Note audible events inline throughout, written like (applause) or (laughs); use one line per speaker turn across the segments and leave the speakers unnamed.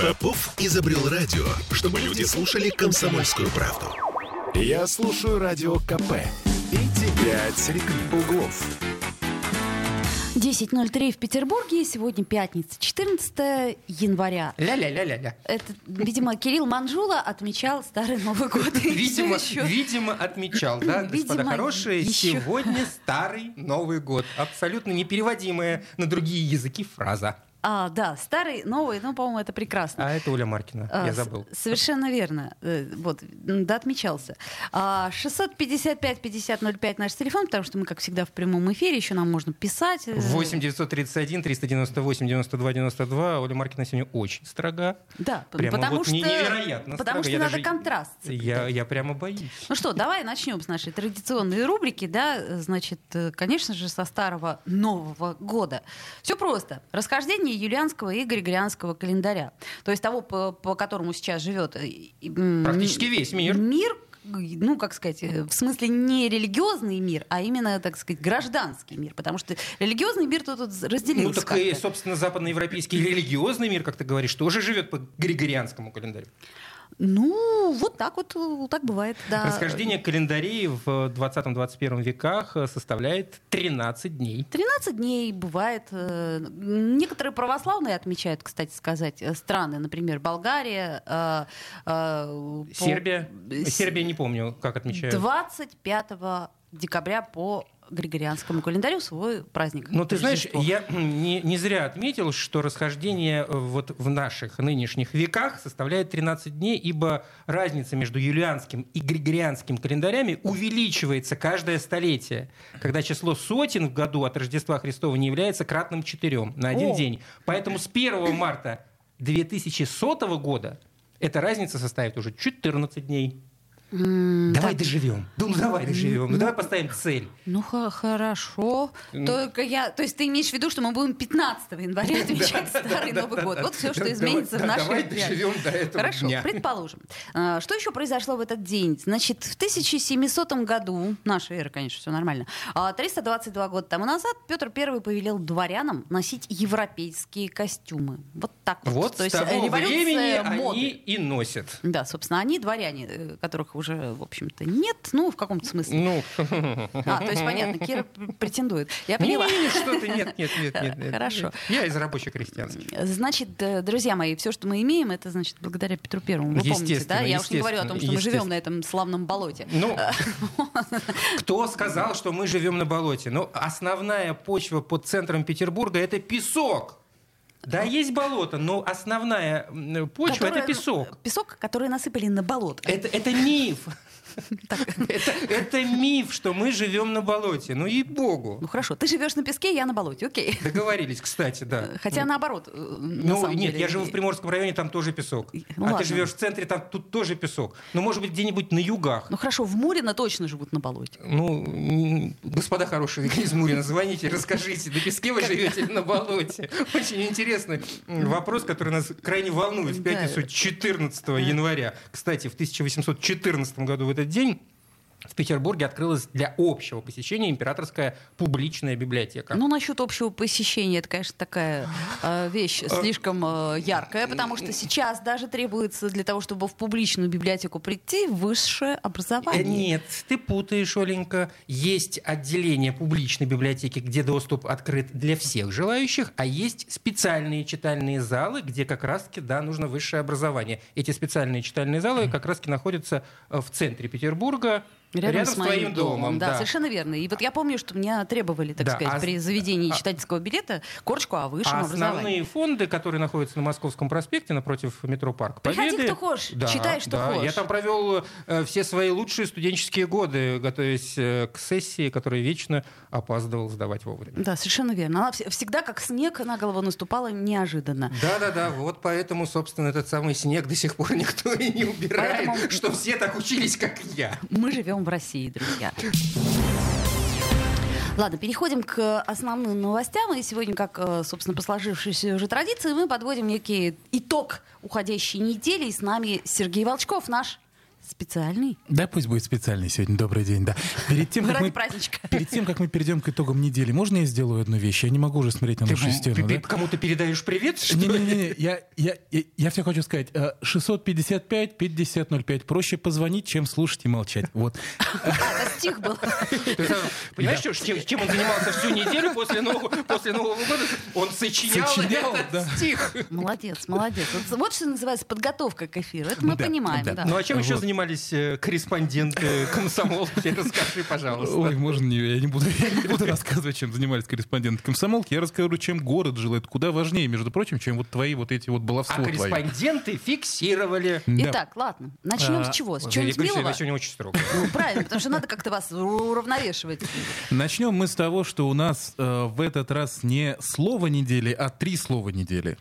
Попов изобрел радио, чтобы люди слушали комсомольскую правду.
Я слушаю радио КП и тебя рекомендую. Углов.
10.03 в Петербурге. Сегодня пятница, 14 января.
Э? Ля-ля-ля-ля-ля.
Это, видимо, Кирилл Манжула отмечал Старый Новый год. И
Видимо,
всё ещё.
видимо, отмечал, да, господа
Видимо,
хорошие,
ещё.
сегодня старый Новый год. Абсолютно непереводимая на другие языки фраза.
А, да, старый, новый, ну, по-моему, это прекрасно.
А это Оля Маркина,
А,
я
с-
забыл.
Совершенно верно. Э, Вот, м, да, отмечался. А, 655-5005 наш телефон, потому что мы, как всегда, в прямом эфире, еще нам можно писать. Э,
8 931 398 92 92. а Оля Маркина сегодня очень строга.
Да,
Прямо
потому
вот
что,
не- невероятно
потому
строго.
что
Я
надо
даже-
контраст.
Я, я прямо боюсь.
Ну что, давай начнем с нашей традиционной рубрики, да, э, значит, э, конечно же, со старого Нового года. Все просто. Расхождение юлианского и григорианского календаря. То есть того, по, по которому сейчас живет
Практически весь мир.
Мир, ну, как сказать, э, в смысле не религиозный мир, а именно, так сказать, гражданский мир. Потому что религиозный мир тут вот разделился.
Ну так и,
как-то.
собственно, западноевропейский религиозный мир, как ты говоришь, тоже живет по григорианскому календарю.
Ну, вот так вот, э, так бывает, да. э,
Расхождение календарей в 20-21 веках э, составляет 13 дней.
13 дней бывает. э, Некоторые православные отмечают, кстати сказать, э, страны, например, Болгария, э, э, по-
Сербия?
С-
Сербия не помню, как отмечают.
25 декабря по григорианскому календарю свой праздник.
Но Ну, ты знаешь,
Рождество.
я не, не зря отметил, что расхождение э, вот в наших нынешних веках составляет 13 дней, ибо разница между юлианским и григорианским календарями увеличивается каждое столетие, когда число сотен в году от Рождества Христова не является кратным четырем на один
О.
день. Поэтому с 1 марта 2100 года эта разница составит уже 14 дней.
М,
Давай
да.
доживем. Ну, давай доживем. Ну, давай поставим цель.
Ну ха- хорошо.
Ну.
Только я, то есть ты имеешь в виду, что мы будем 15
(laughs)
января отмечать старый Новый год. Вот все, что
Давай-
изменится в
да,
нашей
Давай
реальности.
доживем до этого
Хорошо,
дня.
предположим. А, Что еще произошло в этот день? Значит, в 1700 году, наша эра, конечно, все нормально, а, 322 года тому назад Петр I повелел дворянам носить европейские костюмы. Вот так вот.
Вот с
э,
того
революция
времени
моды.
они и носят.
Да, собственно, они дворяне, э, которых уже, в общем-то, нет, ну, в каком-то смысле. (laughs)
Ну,
А, то есть, понятно,
(laughs)
Кира п- претендует. Я поняла.
не-не-не, что ты, нет, нет,
(laughs)
нет, нет, нет.
Хорошо.
Я из рабочих крестьянских.
Значит, э, друзья мои, все, что мы имеем, это значит благодаря Петру Первому. Вы помните, да?
Естественно,
Я уж не говорю о том, что мы
естественно.
живем на этом славном болоте.
Ну,
(laughs)
кто сказал, что мы живем на болоте? Ну, основная почва под центром Петербурга – это песок. Да, есть болото, но основная м, почва – это
Которая- ну, э,
песок.
Песок, который насыпали на болото.
Это, это миф. (laughs) Это, это миф, что мы живем на болоте. Ну и богу.
Ну хорошо, ты живешь на песке, я на болоте, окей.
Договорились, кстати, да.
Хотя наоборот, э, на
Ну,
самом
нет,
деле.
я живу в Приморском районе, там тоже песок.
И- ну
а
ладно.
ты живешь в центре, там тут тоже песок. Ну, может быть, где-нибудь на югах.
Ну хорошо, в Мурино точно живут на болоте.
Ну, м, господа хорошие, из Мурина, звоните, расскажите, на песке вы живете или на болоте? Очень интересный м, вопрос, который нас крайне волнует в
Да.
пятницу 14 января. Кстати, в 1814 году в этот день в Петербурге открылась для общего посещения императорская публичная библиотека.
Ну, насчет общего посещения, это, конечно, такая э, вещь
А.
слишком э, яркая, потому что сейчас даже требуется для того, чтобы в публичную библиотеку прийти, высшее
Э,
образование.
Нет, ты путаешь, Оленька. Есть отделение публичной библиотеки, где доступ открыт для всех желающих, а есть специальные читальные залы, где как раз-таки, да, нужно высшее образование. Эти специальные читальные залы как раз-таки находятся э, в центре Петербурга, рядом, с твоим домом.
Да, совершенно верно. И вот я помню, что меня требовали, так
Да,
сказать,
а-
при заведении
а-
читательского билета корочку о высшем
А
образовании.
основные фонды, которые находятся на Московском проспекте напротив метро Парк
Приходи,
Победы-
кто хочешь, читай, что
да.
хочешь.
Я там провел э, все свои лучшие студенческие годы, готовясь э, к сессии, которую вечно опаздывал сдавать вовремя.
Да, совершенно верно. Она вс- всегда как снег на голову наступала неожиданно.
Да-да-да, вот поэтому, собственно, этот самый снег до сих пор никто и не убирает,
Поэтому-
что все так учились, как я.
Мы живем в России, друзья. Ладно, переходим к основным новостям. И сегодня, как, э, собственно, по сложившейся уже традиции, мы подводим некий итог уходящей недели. И с нами Сергей Волчков, наш Специальный?
Да, пусть будет специальный сегодня. Добрый день, да. Перед
Ну,
тем, как
Ради
мы,
праздничка.
перед тем, как мы перейдем к итогам недели, можно я сделаю одну вещь? Я не могу уже смотреть на
Ты,
нашу стену,
ты- ты
да?
кому-то передаешь привет, что ли?
Не-не-не, я, я, я, все хочу сказать. э, 655-5005. Проще позвонить, чем слушать и молчать. Вот.
А, это стих был.
Ты сам Понимаешь, что- чем, чем он занимался всю неделю после Нового, после Нового года? Он сочинял,
Сочинял,
этот
да.
стих.
Молодец, молодец. Вот, вот что называется подготовка к эфиру. Это мы
Да,
понимаем.
да.
да.
Ну а чем еще
Вот.
занимались э, корреспонденты э, комсомолки? Расскажи, пожалуйста.
Ой, можно не, я не буду, я не
(laughs)
буду рассказывать, чем занимались корреспонденты комсомолки. Я расскажу, чем город жил. Это куда важнее, между прочим, чем вот твои вот эти вот баловства
А
твои.
корреспонденты фиксировали.
Да.
Итак, ладно. Начнем с
А,
чего? С
Вот,
чего-нибудь
Григорий Алексеевич,
милого?
вы сегодня очень строго.
Ну, правильно, потому что надо как-то вас уравновешивать.
Начнем мы с того, что у нас э, в этот раз не слово недели, а три слова недели.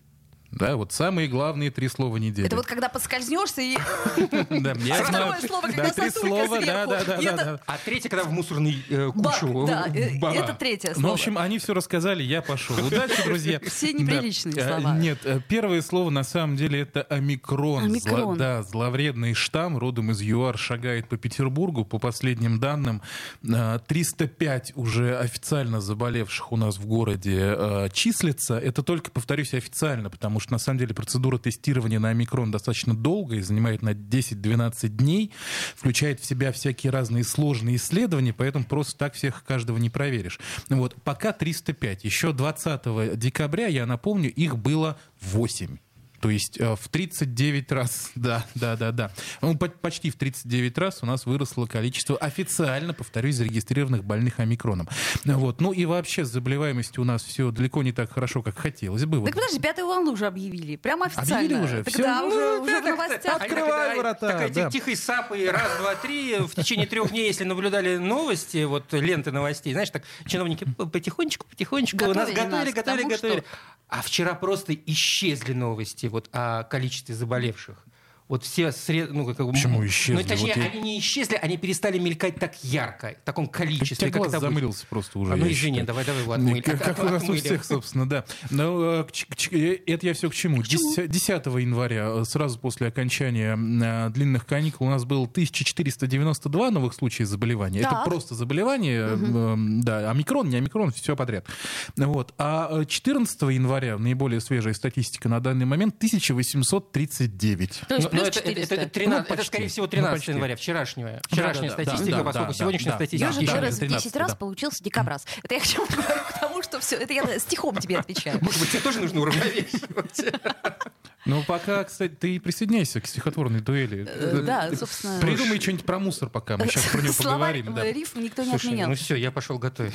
Да, вот самые главные три слова недели.
Это вот когда поскользнешься и
(laughs) Да, я
второе
знаю.
слово,
Да,
когда
три
сосулька
слова, да,
сверху.
да, да,
И
да,
это-
да.
А третий, когда в мусорный э,
бак,
кучу.
да, э,
баба.
это третье
Ну,
слово.
в общем, они все рассказали, я пошел. Удачи, друзья.
Все неприличные
Да. Э,
слова.
Нет, э, первое слово на самом деле это омикрон.
Омикрон.
да, зловредный штамм родом из ЮАР шагает по Петербургу. По последним данным, э, 305 уже официально заболевших у нас в городе э, числится. Это только, повторюсь, официально, потому что на самом деле процедура тестирования на омикрон достаточно долгая и занимает на 10-12 дней, включает в себя всякие разные сложные исследования, поэтому просто так всех каждого не проверишь. Вот, пока 305. Еще 20 декабря, я напомню, их было 8. То есть э, в 39 раз, (laughs) да, да, да, да. Ну, по- почти в 39 раз у нас выросло количество официально, повторюсь, зарегистрированных больных омикроном. Вот. Ну и вообще с заболеваемостью у нас все далеко не так хорошо, как хотелось бы. Вот.
Так подожди, пятую волну уже объявили. Прямо официально.
Объявили уже?
Так
Всё?
да,
Ну,
уже,
да,
уже в новостях.
так. Открывай
Такая-
врата,
Такая
да.
тихой сапой, раз, два, три. В течение трех дней, если наблюдали новости, вот ленты новостей, знаешь, так чиновники п- потихонечку, потихонечку у нас
Готовили нас
готовили,
к
готовили,
тому,
готовили.
что-
А вчера просто исчезли новости вот о количестве заболевших. Вот все сред... ну, как бы-
Почему исчезли?
Ну, точнее,
Вот я-
они не исчезли, они перестали мелькать так ярко, в таком
У
количестве.
тебя
как
глаз
это обычно.
замылился просто уже.
А, ну,
я
извини,
считаю.
давай, давай, его отмыли.
Как, как у нас у
Отмыли.
всех, собственно, да. Но, э, к ч- к ч- э, это я все к чему. 10, января, э, сразу после окончания э, длинных каникул, у нас было 1492 новых случая заболевания. Это
Так.
просто заболевание, э, э, да, омикрон, не омикрон, все подряд. Вот. А э, 14 января, наиболее свежая статистика на данный момент, 1839.
То есть
Ну, ну,
плюс
это, это-
400.
это 13
Ну,
это,
почти.
скорее всего,
Ну,
13
почти.
января, вчерашняя, вчерашняя
да, да,
статистика,
да,
поскольку
да,
сегодняшняя
да,
статистика...
да,
Ежик
да,
еще
да,
раз в
13,
10 раз
да.
получился декабраз. Это я к чему говорю? К тому, что все. Это я стихом тебе отвечаю.
Может быть, тебе тоже
(laughs)
нужно уравновесивать?
Ну, пока, кстати, ты присоединяйся к стихотворной дуэли.
Э, Да, собственно...
Придумай что-нибудь про мусор пока, мы сейчас
(laughs)
про него
Словарь,
поговорим. да.
э, рифм никто не
Слушай,
отменял.
ну все, я
(laughs)
пошел готовить.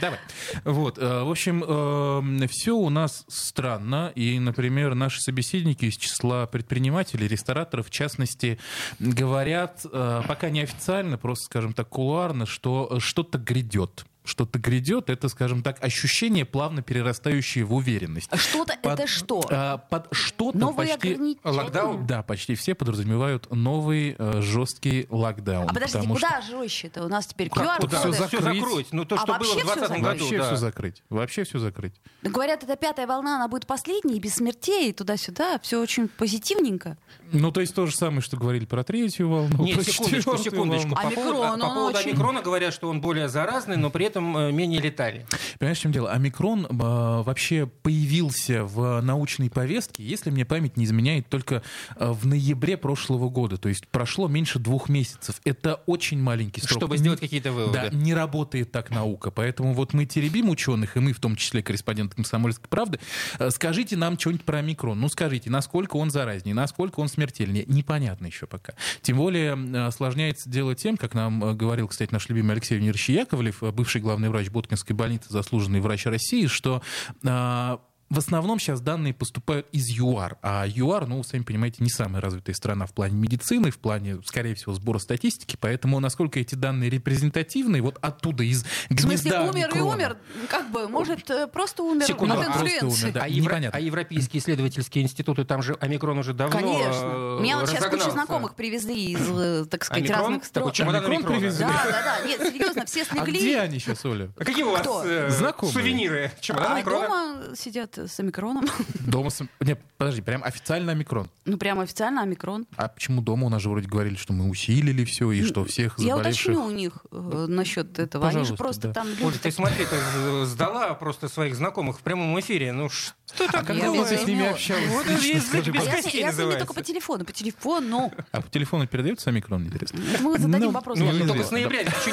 Давай. Вот, э, в общем, все у нас странно. И, например, наши собеседники из числа предпринимателей, рестораторов, в частности, говорят, э, пока не официально, просто, скажем так, кулуарно, что э, что-то грядет. Что-то грядет, это, скажем так, ощущение, плавно перерастающее в уверенность.
Что-то
Под-
это что?
э, под что-то
Новые
почти...
ограничения? Локдаун?
Да, почти все подразумевают новый э, жесткий локдаун.
А подождите,
потому что
куда жестче-то? У нас теперь
куда? Всё
QR-коды.
закрыть.
Все закрыть. Ну, то,
А
что было
вообще
в
всё
2020
закрыть?
году,
Вообще
да.
все закрыть. Вообще все закрыть.
Говорят, эта пятая волна, она будет последней, без смертей, туда-сюда. Все очень позитивненько.
Ну, то есть то же самое, что говорили про третью волну.
Нет,
про
секундочку,
четвертую
секундочку.
волну.
По поводу,
Омикрон,
по
он
поводу
очень-
омикрона говорят, что он более заразный, но при этом э, менее летальный.
Понимаешь, в чем дело? Омикрон э, вообще появился в научной повестке, если мне память не изменяет, только э, в ноябре прошлого года. То есть прошло меньше двух месяцев. Это очень маленький срок.
Чтобы
Не-
сделать какие-то
Да,
выводы.
не работает так наука. Поэтому вот мы теребим ученых, и мы, в том числе корреспондент «Комсомольской правды», Э, скажите нам что-нибудь про микрон. Ну, скажите, насколько он заразнее, насколько он смертельнее. Непонятно еще пока. Тем более э, осложняется дело тем, как нам э, говорил, кстати, наш любимый Алексей Венерович Яковлев, э, бывший главный врач Боткинской больницы, заслуженный врач России, что э, в основном сейчас данные поступают из ЮАР. А ЮАР, ну, сами понимаете, не самая развитая страна в плане медицины, в плане, скорее всего, сбора статистики. Поэтому, насколько эти данные репрезентативны, вот оттуда, из
В смысле,
гнезда
умер и
Омикрона.
умер, как бы, может, э, просто умер
Секунду,
от
а просто
инфлюенции.
умер, да.
а, евро-
непонятно.
а европейские исследовательские институты, там же омикрон уже давно
Конечно.
э,
У меня вот сейчас куча
разогнался.
знакомых привезли из, э, так сказать,
Омикрон?
разных стран.
Такой чемодан
Омикрон
омикрона.
привезли.
Да, да, да. Нет, серьезно, все
А
слегли.
где они сейчас, Оля?
А какие у вас
Кто?
э,
Знакомые.
сувениры? Чемодан
А
омикрона?
дома сидят с омикроном. (laughs)
Дома с... Не, подожди, прям официально омикрон.
Ну, прям официально омикрон.
А почему дома у нас же вроде говорили, что мы усилили все и что всех
Я
заболевших...
уточню у них э, насчет этого. Они же
Пожалуйста,
просто
да.
там... люди
Может, ты
такие-
смотри, ты з- сдала просто своих знакомых в прямом эфире. Ну что
А
такое?
когда
Я
вот ты с ними
извиняюсь.
общалась?
Вот это
лично,
язык
скажи,
без
пожалуйста?
Я, с- я с ними
называется.
только по телефону, по телефону.
А по телефону передается омикрон, интересно?
Мы зададим
Ну,
вопрос.
ну,
Ну, только с
неизвестно,
ноября еще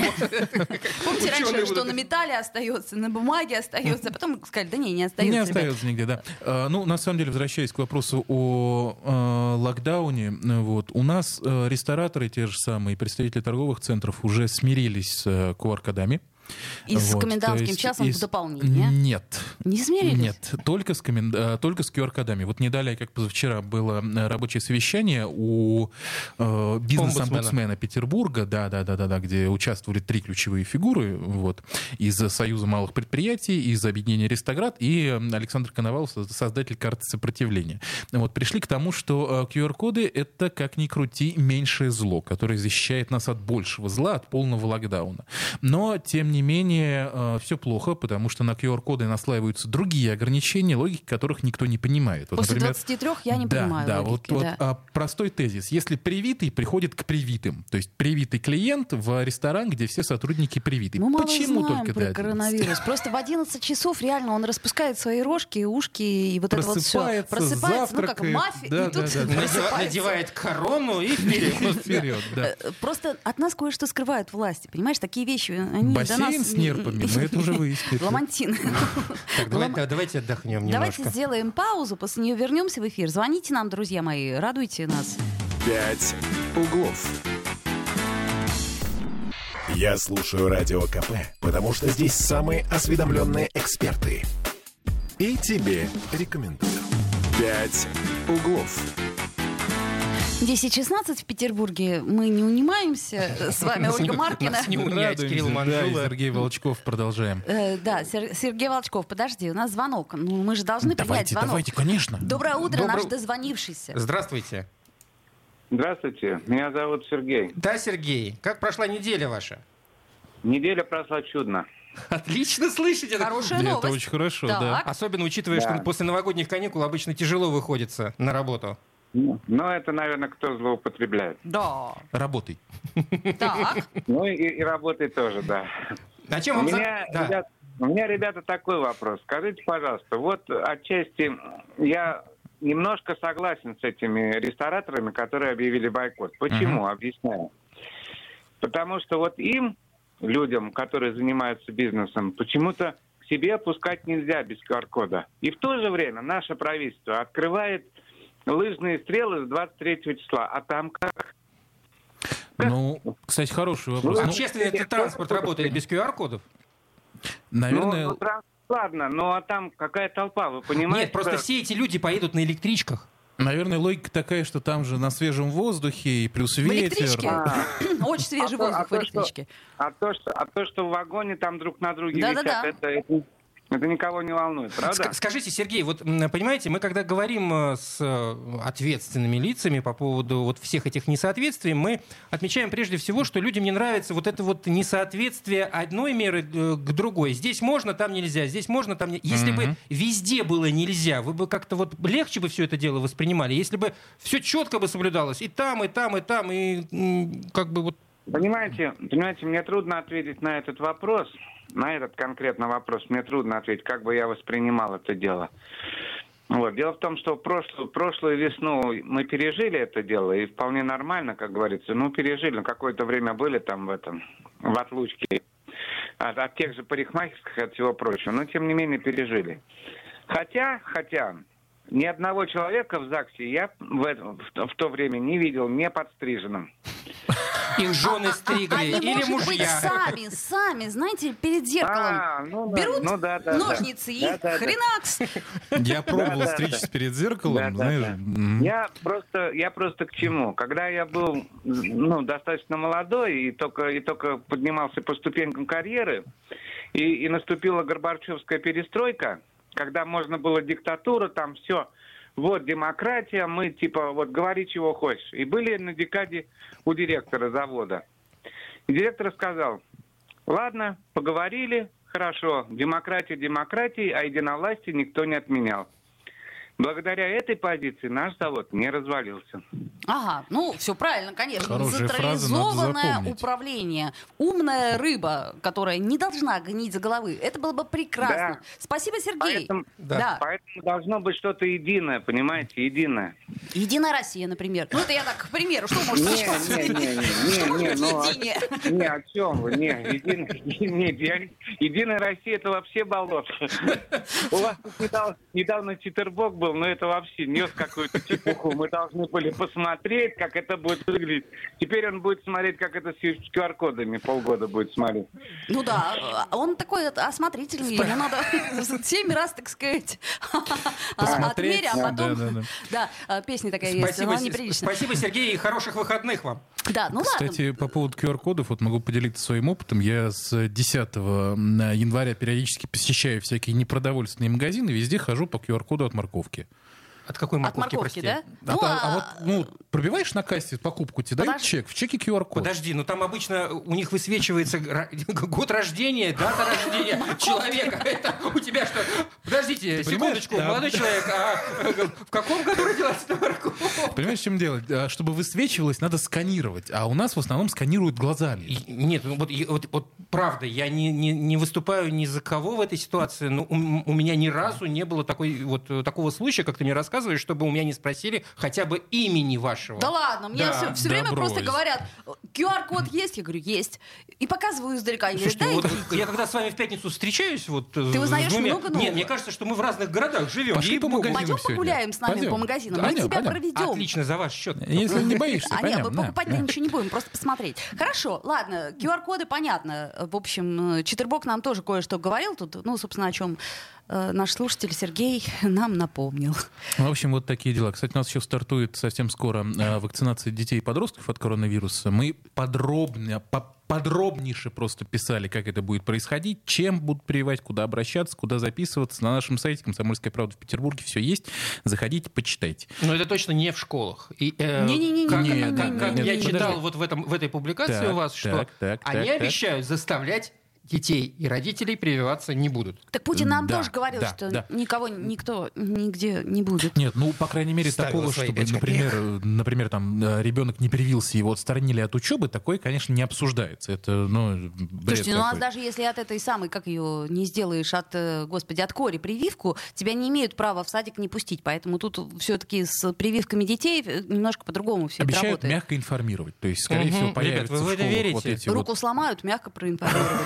(laughs)
Вот.
Помните раньше,
Ученые
что на
будут-
металле остается, на бумаге остается, а потом сказали, да не, не остается.
Не
ребят.
остается нигде, да. А, Ну, на самом деле, возвращаясь к вопросу о э, локдауне, э, вот, у нас э, рестораторы те же самые, представители торговых центров уже смирились с э, QR-кодами.
И с
Вот, то
комендантским
есть
часом
и
в
с-
дополнение.
Нет.
Не смирились?
Нет, только с, комен- э, только с QR-кодами. Вот не далее, как позавчера, было э, рабочее совещание у э, бизнес-омбудсмена Петербурга, да-да-да-да, где участвовали три ключевые фигуры, вот, из Союза малых предприятий, из Объединения Аристократ и э, Александр Коновал, со- создатель карты сопротивления. Вот, пришли к тому, что э, QR-коды — это, как ни крути, меньшее зло, которое защищает нас от большего зла, от полного локдауна. Но, тем не менее, все плохо, потому что на QR-коды наслаиваются другие ограничения, логики которых никто не понимает. Вот,
После
например,
23 я не
да,
понимаю
Да,
логики,
вот,
да.
вот а, простой тезис. Если привитый приходит к привитым, то есть привитый клиент в ресторан, где все сотрудники привиты.
Мы мало
Почему
знаем
только
про
до 11? (laughs)
коронавирус. Просто в 11 часов реально он распускает свои рожки, ушки и вот это вот все.
Просыпается,
ну как
завтракает.
мафия,
Да,
и тут
да, да, да.
Надева- Надевает корону и вперед.
Вперед,
(laughs)
да.
Э, Просто от нас кое-что скрывают власти, понимаешь? Такие вещи, они до нас...
Бассейн с нерпами, мы это уже
(laughs)
выяснили.
Ламантин.
Так, давай- да, Давайте отдохнем
Давайте
немножко.
сделаем паузу, после нее вернемся в эфир. Звоните нам, друзья мои, радуйте нас.
«Пять углов».
Я слушаю Радио КП, потому что здесь самые осведомленные эксперты.
И тебе рекомендую. «Пять углов».
10.16 в Петербурге. Мы не унимаемся. С вами Ольга Маркина.
Нас не унять,
Радуемся,
Кирилл
да, и
Манжула.
Сергей Волчков, продолжаем.
Э, Да, Сер- Сергей Волчков, подожди, у нас звонок. Ну, мы же должны принять
Давайте,
звонок.
давайте, конечно.
Доброе утро,
Доброе
наш
у-
дозвонившийся.
Здравствуйте.
Здравствуйте, меня зовут Сергей.
Да, Сергей, как прошла неделя ваша? (laughs)
Неделя прошла чудно.
Отлично слышите.
Хорошая
Это
новость.
очень хорошо,
Так.
да.
Особенно учитывая,
Да.
что после новогодних каникул обычно тяжело выходится на работу.
Но Ну, это, наверное, кто злоупотребляет.
Да.
Работай.
Так.
Ну и, и работает тоже, да.
А
У
чем вам за-
меня,
Да.
ребят- у меня, ребята, такой вопрос. Скажите, пожалуйста, вот отчасти я немножко согласен с этими рестораторами, которые объявили бойкот. Почему? Объясняю. Потому что вот им, людям, которые занимаются бизнесом, почему-то к себе пускать нельзя без QR-кода. И в то же время наше правительство открывает лыжные стрелы с 23 числа. А там как?
Ну, кстати, хороший вопрос. Ну,
Общественный это транспорт работали без QR-кодов?
наверное,
Ну, ну, транс- ладно, ну а там какая толпа, вы понимаете?
Нет, просто все эти люди поедут на электричках.
Наверное, логика такая, что там же на свежем воздухе и плюс
В электричке.
ветер.
(laughs) Очень свежий
А то- а
воздух в
то что?
электричке.
А то, что, а то, что в вагоне там друг на друге висят,
Да-да-да.
это, это- это никого не волнует, правда?
Ск- Скажите, Сергей, вот м, понимаете, мы когда говорим э, с э, ответственными лицами по поводу вот всех этих несоответствий, мы отмечаем прежде всего, что людям не нравится вот это вот несоответствие одной меры э, к другой. Здесь можно, там нельзя, здесь можно, там нельзя. Если бы
Мгм.
везде было нельзя, вы бы как-то вот легче бы все это дело воспринимали, если бы все четко бы соблюдалось и там, и там, и там, и м, как бы вот...
Понимаете, понимаете, мне трудно ответить на этот вопрос, на этот конкретно вопрос, мне трудно ответить, как бы я воспринимал это дело. Вот. Дело в том, что прошлую, прошлую весну мы пережили это дело, и вполне нормально, как говорится. Ну, пережили, ну, какое-то время были там в этом, в отлучке от, от тех же парикмахерских, от всего прочего. Но, тем не менее, пережили. Хотя, хотя, ни одного человека в ЗАГСе я в, этом- в то- в то время не видел не подстриженным.
А,
Их жены стригли,
Они,
или
может быть,
мужья.
сами, сами, знаете, перед зеркалом.
А, ну да,
Берут
ну да, да, да.
ножницы и
Да, да, да.
хренакс.
Я пробовал
Да-да-да.
встречи перед зеркалом,
Да-да-да.
знаешь. м.
Я просто, я просто к чему? Когда я был ну, достаточно молодой и только, и только поднимался по ступенькам карьеры, и, и наступила Горбачевская перестройка, когда можно было диктатура, там все, вот демократия, мы типа вот говори чего хочешь. И были на декаде у директора завода. И директор сказал, ладно, поговорили, Хорошо, демократия демократии, а единовластие никто не отменял. Благодаря этой позиции наш завод не развалился.
Ага, ну все правильно, конечно.
Хорошая фраза, надо
Централизованное
запомнить.
управление. Умная рыба, которая не должна гнить за головы. Это было бы прекрасно.
Да.
Спасибо, Сергей.
Поэтому-
Да.
да.
Поэтому должно быть что-то единое, понимаете, единое.
Единая Россия, например. Ну, это я так, к примеру, Ну что
Не,
может быть? (laughs)
не, не,
Что
не, не, не,
может
ну,
быть едине?
а- не, о чем вы, не, единая, не, я- единая Россия это вообще болото. У вас тут недавно, недавно Читербок был, но это вообще нес какую-то чепуху. Мы должны были посмотреть, как это будет выглядеть. Теперь он будет смотреть, как это с QR-кодами полгода будет смотреть.
Ну да, а он такой вот осмотрительный, ему надо (laughs) семь раз, так сказать, (laughs)
Посмотреть,
отмерь, а
да,
потом...
да, да.
Да, а, песня такая есть,
Спасибо,
она
С-
неприличная.
спасибо, Сергей, и хороших выходных вам.
Да, ну ладно.
Кстати, по поводу QR-кодов, вот могу поделиться своим опытом. Я с 10 января периодически посещаю всякие непродовольственные магазины, везде хожу по QR-коду от морковки.
От какой
От
морковки,
морковки,
прости?
да?
а,
Ну,
по- а
а-
вот ну, пробиваешь на кассе покупку, тебе дают
Подожди.
чек, в чеке QR-код.
Подожди, ну там обычно у них высвечивается ра- (laughs) год рождения, дата рождения человека. Это у тебя что? Подождите,
понимаешь,
секундочку,
да.
молодой человек, а э, в каком году родилась эта морковка?
Понимаешь, в чем дело? А, Чтобы высвечивалось, надо сканировать, а у нас в основном сканируют глазами.
И- Нет, ну вот, и- вот, вот правда, я не, не, не выступаю ни за кого в этой ситуации, но у, м- у меня ни разу не было такой, вот, э, такого случая, как ты мне рассказываешь, чтобы у меня не спросили хотя бы имени вашего.
Да ладно, мне
Да,
все,
Типа, да
время просто
брось.
говорят, QR-код есть? Я говорю, есть. И показываю издалека. Я говорю,
Слушайте, ну
да,
вот
и-
я когда с вами в пятницу встречаюсь, вот э,
Ты узнаешь
с двумя-
много нового.
Нет, мне кажется, что мы в разных городах живем.
Пошли
ей-богу.
по магазинам.
пойдем
сегодня.
покуляем с нами
Пойдем.
по магазинам, мы
Пойдем,
тебя
пойдем.
проведем.
Отлично, за ваш счет.
Если не боишься,
А, нет,
понятно. да,
покупать
да.
мы ничего не будем, просто посмотреть. Хорошо, ладно, QR-коды понятно. В общем, э, Четербок нам тоже кое-что говорил тут, ну, собственно, о чем э, наш слушатель Сергей (laughs) нам напомнил.
Ну, В общем, вот такие дела. Кстати, у нас еще стартует совсем скоро э, вакцинация детей и подростков от коронавируса. Мы подробно, по- подробнейше просто писали, как это будет происходить, чем будут прививать, куда обращаться, куда записываться. На нашем сайте «Комсомольская правда» в Петербурге все есть. Заходите, почитайте.
Но это точно не в школах. И, э,
Не-не-не-не-не-не-не-не.
как-
Нет,
как- как
нет,
я
подожди.
читал вот в, этом, в этой публикации
Так,
у вас, что
так, так,
они
так, так.
обещают заставлять детей и родителей прививаться не будут.
Так Путин нам
Да,
тоже говорил,
да,
что
да.
никого, никто нигде не будет.
Нет, ну, по крайней мере,
Вставила
такого,
свои
чтобы,
пять
например, э, например, там э, ребенок не привился, его отстранили от учебы, такое, конечно, не обсуждается. Это, ну, бред
Слушайте, ну у нас
какой-то.
даже если от этой самой, как ее не сделаешь, от, э, господи, от кори прививку, тебя не имеют права в садик не пустить. Поэтому тут все-таки с прививками детей э, немножко по-другому все это
Обещают
работает.
мягко информировать. То есть, скорее
Мгм.
всего,
Ребят,
появятся
вы в
в
это
школах
верите?
вот эти
Руку
вот...
сломают, мягко проинформировали.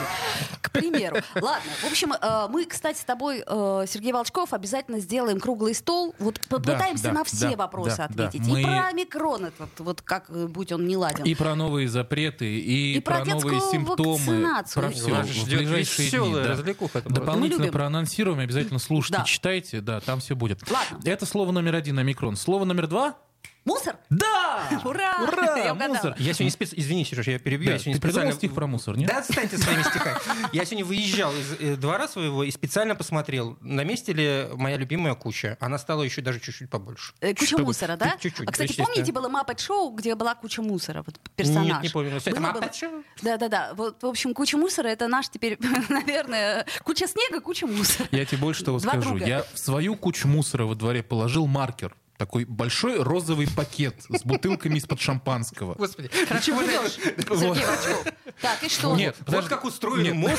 К примеру. Ладно. В общем, э, мы, кстати, с тобой, э, Сергей Волчков, обязательно сделаем круглый стол. Вот попытаемся
да,
на все
да,
вопросы
да, да.
ответить.
Мы-
И про омикрон этот, вот как э, будь он не ладен.
И про новые запреты, и,
И про
новые
детскую
симптомы,
вакцинацию.
про
Вас
все. В
ждет
ближайшие дни,
веселая
да.
развлекуха там.
Мы
Дополнительно
любим.
проанонсируем, обязательно слушайте,
Да.
читайте, да, там все будет.
Ладно.
Это слово номер один, омикрон. Слово номер два?
Мусор?
Да!
Ура! А, (laughs) Я
Ура!
угадала.
Мусор!
Я сегодня спец... Извини, Сереж, я перебью.
Да,
я сегодня
ты придумал
специально...
стих про мусор, нет?
Да, отстаньте своими стихами. Я сегодня выезжал из э, двора своего и специально посмотрел, на месте ли моя любимая куча. Она стала еще даже чуть-чуть побольше.
Э, Куча
Чтобы-
мусора, да?
Чуть-чуть,
а, кстати,
естественно.
помните, было Маппет Шоу, где была куча мусора, вот персонаж?
Нет, не помню. Всё, это А
Было,
«Маппет
было.
Шоу»?
Да-да-да. Вот, в общем, куча мусора — это наш теперь, (laughs) наверное, куча снега, куча мусора.
Я тебе больше того
Два
скажу.
друга.
Я в свою кучу мусора во дворе положил маркер. Такой большой розовый пакет с бутылками из-под шампанского.
Господи, ничего ты-
Идёшь,
Вот.
Сергей Волчков. Так, и что?
Нет,
Вот как устроен мозг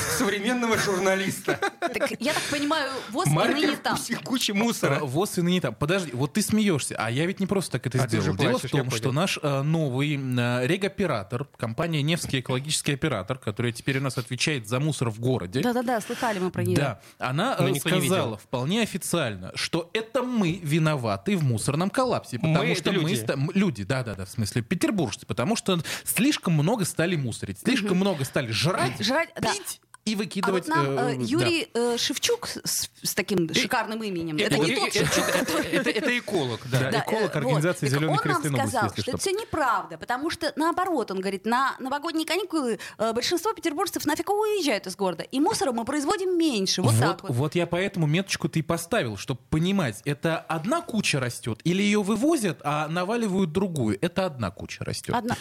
(laughs)
современного журналиста.
Так, я так понимаю, ВОЗ и ныне
Маркер
там.
кучи- кучи мусора.
А, ВОЗ и ныне там. Подожди, вот ты смеешься, а я ведь не просто так это
А ты
сделал.
же
Дело
плачешь,
в том,
я
что
понял.
наш э, новый э, регоператор, компания Невский экологический оператор, которая теперь у нас отвечает за мусор в городе,
Да-да-да, слыхали мы про нее.
да, она
Но
э,
никто не
сказала
видел.
вполне официально, что это мы виноваты в мусорном коллапсе, потому
Мы
что
это
мы
люди.
ста- м- люди, да, да, да, в смысле петербуржцы, потому что слишком много стали мусорить, слишком много стали жрать,
Жрать, да.
пить и
А
выкидывать.
вот нам
э,
э,
да.
Юрий э, Шевчук с, с
Э,
таким шикарным именем. Это не тот Шевчук,
Это- это- это эколог, (laughs) да.
Да, эколог
э,
организации
вот. Так
«Зеленый
он
крест» и
нам
«Новости»,
сказал,
если
что это
что.
все неправда, потому что, наоборот, он говорит, на новогодние каникулы э, большинство петербуржцев нафиг уезжают из города, и мусора мы производим меньше. Вот,
Вот,
так вот.
вот я поэтому меточку ты и поставил, чтобы понимать, это одна куча растет, или ее вывозят, а наваливают другую. Это одна куча растет.
Одна.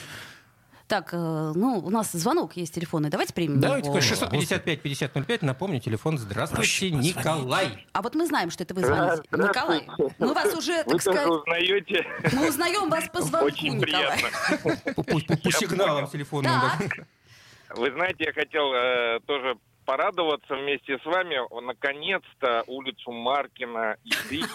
Так, э, ну, у нас звонок есть телефонный, давайте примем
Давайте
его.
655-5005, напомню, телефон. Здравствуйте, Николай.
А вот мы знаем, что это вы звоните. Николай, мы вас уже, так
Вы
сказать,
тоже узнаете.
мы узнаем вас по звонку,
Очень
Николай.
приятно.
По, по- по- по сигналам телефонным.
Так,
да.
Вы знаете, я хотел э, тоже порадоваться вместе с вами. Наконец-то улицу Маркина и Дыки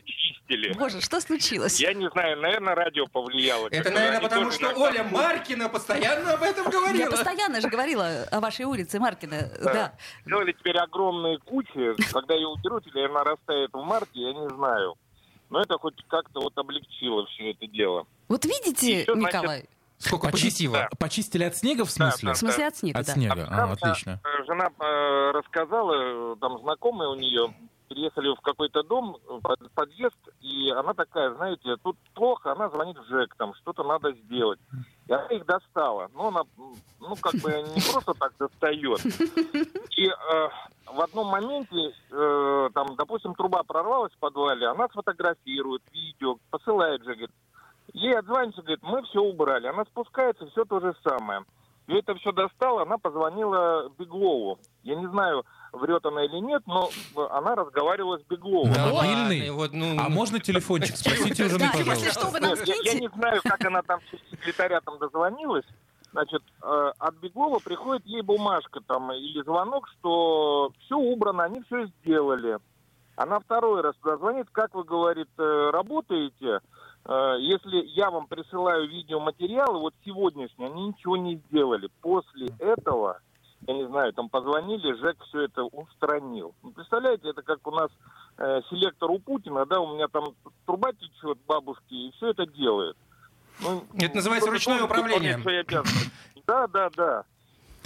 почистили.
боже, что случилось?
Я не знаю, наверное, радио повлияло.
Это,
как-то.
наверное,
Они
потому
тоже
что
иногда-
Оля Маркина постоянно об этом
Я
говорила.
постоянно же говорила о вашей улице Маркина. Да.
Сделали теперь огромные кучи. Когда ее уберут, или она растает в марте, я не знаю. Но это хоть как-то вот облегчило все это дело.
Вот видите,
Еще, значит,
Николай,
Сколько
Почи-
позитива.
Почистили от снега, в
Да,
смысле?
в смысле от снега,
От
да.
снега, а,
Правда,
отлично.
э, Жена э, рассказала, э, там знакомые у нее переехали в какой-то дом, э, под- подъезд, и она такая, знаете, тут плохо, она звонит в ЖЭК, там что-то надо сделать. И она их достала. Ну, она, м, ну, как бы не просто так достает. И э, в одном моменте, э, там, допустим, труба прорвалась в подвале, она сфотографирует видео, посылает же, говорит, ей отзвонится, говорит, мы все убрали. Она спускается, все то же самое. Ей это все достало, она позвонила Беглову. Я не знаю, врет она или нет, но э, она разговаривала с Бегловым.
Да,
ладно,
мобильный?
вот, ну,
А можно телефончик? Спросите уже,
Да,
пожалуйста.
если что, вы нам
Нет, я, я
скиньте.
не знаю, как она там с секретаря там дозвонилась. Значит, э, от Беглова приходит ей бумажка там или звонок, что все убрано, они все сделали. Она второй раз туда звонит, как вы, говорит, э, работаете, Э, если я вам присылаю видеоматериалы, вот сегодняшние, они ничего не сделали. После этого, я не знаю, там позвонили, ЖЭК все это устранил. Ну, представляете, это как у нас э, селектор у Путина, да, у меня там труба течет бабушки, и все это делает. Ну,
Это называется
кто-то
ручное
должен
управление.
выполнять свои обязанности. Да, да, да.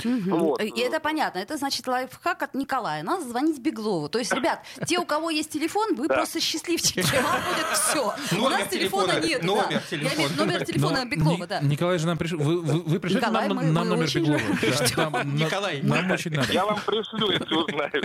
Мгм.
Вот.
И это понятно. Это значит лайфхак от Николая. Надо звонить Беглову. То есть, ребят, те, у кого есть телефон, вы просто счастливчики. Вам будет все. У
Номер
нас телефона
телефона.
нет. да.
Номер
Я
телефона.
имею в виду Номер
Но
телефона Беглова,
Ну, Ни-
да.
Николай же нам пришел. Вы, вы- вы пришлете
Николай,
нам,
мы-
нам
мы
номер
очень
Беглова?
(laughs)
Да,
ждем.
там на-
Николай,
Нам очень надо.
Я вам пришлю, если узнаю.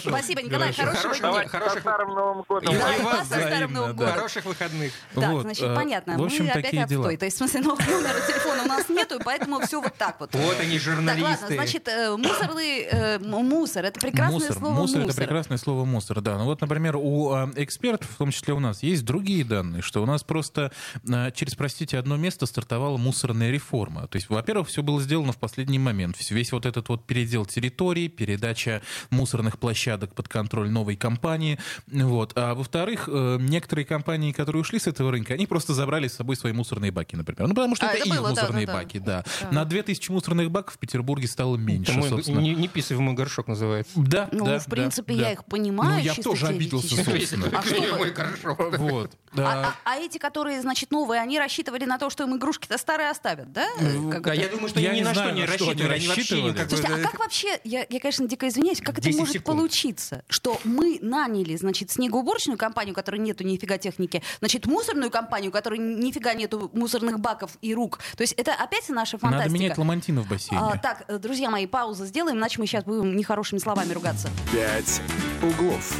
Спасибо, Николай.
Хорошо.
Хорошего
Хорошего
дня.
Давайте со
хороших-
старым Новым годом.
И
Да, и
вас
вас со Старым
взаимно,
Новым
да.
годом.
Хороших выходных.
Так,
Вот,
значит,
э,
понятно.
в общем,
мы опять
такие дела.
отстой. То есть, в смысле, но- номера телефона у нас нету, и поэтому все вот так вот.
Вот они,
Так,
журналисты.
ладно, значит, э, мусорный э, м- мусор. Это прекрасное
Мусор,
слово
мусор,
мусор.
это прекрасное слово мусор, да. Ну вот, например, у э, экспертов, в том числе у нас, есть другие данные, что у нас просто э, через, простите, одно место стартовала мусорная реформа. То есть, во-первых, все было сделано в последний момент. Вс- Весь вот этот вот передел территории, передача мусорных площадок под контроль новой компании. Вот. А во-вторых, э, некоторые компании, которые ушли с этого рынка, они просто забрали с собой свои мусорные баки, например. Ну, потому что
А,
это,
это
их
было, да,
мусорные
да, да.
баки, да. На 2000 мусорных баков в Петербурге стало меньше,
Ну, Это мой-
собственно.
не, не писай в мой горшок называется.
Да,
Ну,
да,
в принципе,
да,
я
да.
их понимаю.
Ну, я
чисто
тоже обиделся,
теоретически.
собственно.
А что вы-
мой горшок.
Вот.
(laughs) А,
да.
а- а эти, которые, значит, новые, они рассчитывали на то, что им игрушки-то старые оставят, да? Э, Как это?
Да, а я думаю, что
Я
они ни
не
на что
знаю,
не
на что они
рассчитывали. Они вообще
рассчитывали.
никакой-
Слушайте, а как вообще, я, я, конечно, дико извиняюсь, как это
10
может
секунд.
получиться, что мы наняли, значит, снегоуборочную компанию, у которой нету нифига техники, значит, мусорную компанию, у которой нифига нету мусорных баков и рук. То есть это опять наша
Надо
фантастика.
менять ламантину в бассейне.
А, так, э, друзья мои, паузу сделаем, иначе мы сейчас будем нехорошими словами ругаться.
Пять
Углов.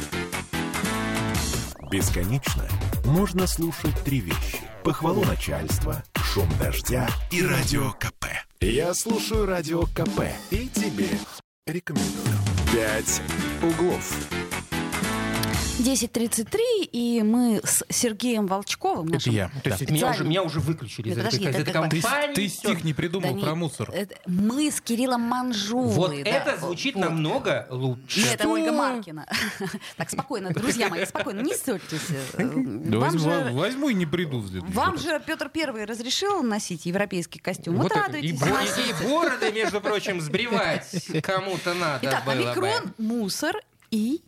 Бесконечно можно слушать три вещи. Похвалу начальства, шум дождя и радио КП.
Я слушаю радио КП и тебе рекомендую. Пять углов.
10.33, и мы с Сергеем Волчковым,
Это
нашим
я. да.
То есть меня
Специально.
уже, меня уже выключили из
Да
этой,
подожди,
из
это
этой
как бы-
Ты,
компании.
ты стих не придумал
Да не, э,
про мусор.
это мы с Кириллом Манжулой.
Вот
да.
это звучит намного лучше.
Нет, это Ольга Маркина. (laughs) Так, спокойно, друзья мои, спокойно, не ссорьтесь. Э,
Да
Вам
возьму, а
же...
возьму и не приду. в следующий
Вам
раз.
же Петр Первый разрешил носить европейский костюм. Вот,
Вот это- и,
радуйтесь.
бо-
носите.
и бороды, между прочим, сбривать
(laughs)
кому-то надо
Итак, а
было бы.
омикрон, мусор и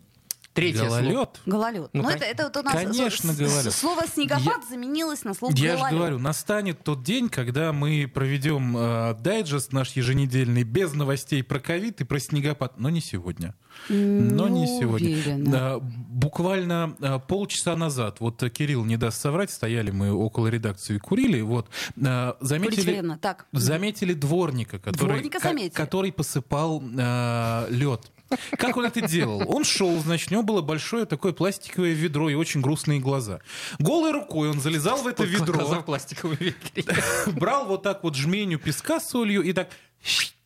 Третье слово.
Гололед?
гололед.
Ну,
Ну,
кон-
это, это вот у нас
конечно,
с- с-
гололед.
слово снегопад заменилось на слово
Я же
гололед.
говорю, настанет тот день, когда мы проведем э, дайджест наш еженедельный без новостей про ковид и про снегопад. Но не сегодня. Но не
Не
сегодня.
уверена.
Да, буквально э, полчаса назад, вот э, Кирилл не даст соврать, стояли мы около редакции и курили, вот, э,
Курить
заметили...
вредно. Так.
Заметили дворника, который,
Дворника
ко-
заметили.
который посыпал лед. Как он это делал? Он шел, значит, у него было большое такое пластиковое ведро и очень грустные глаза. Голой рукой он залезал в это
Глаза
ведро,
в пластиковом ведре.
брал вот так вот жменю песка с солью и так...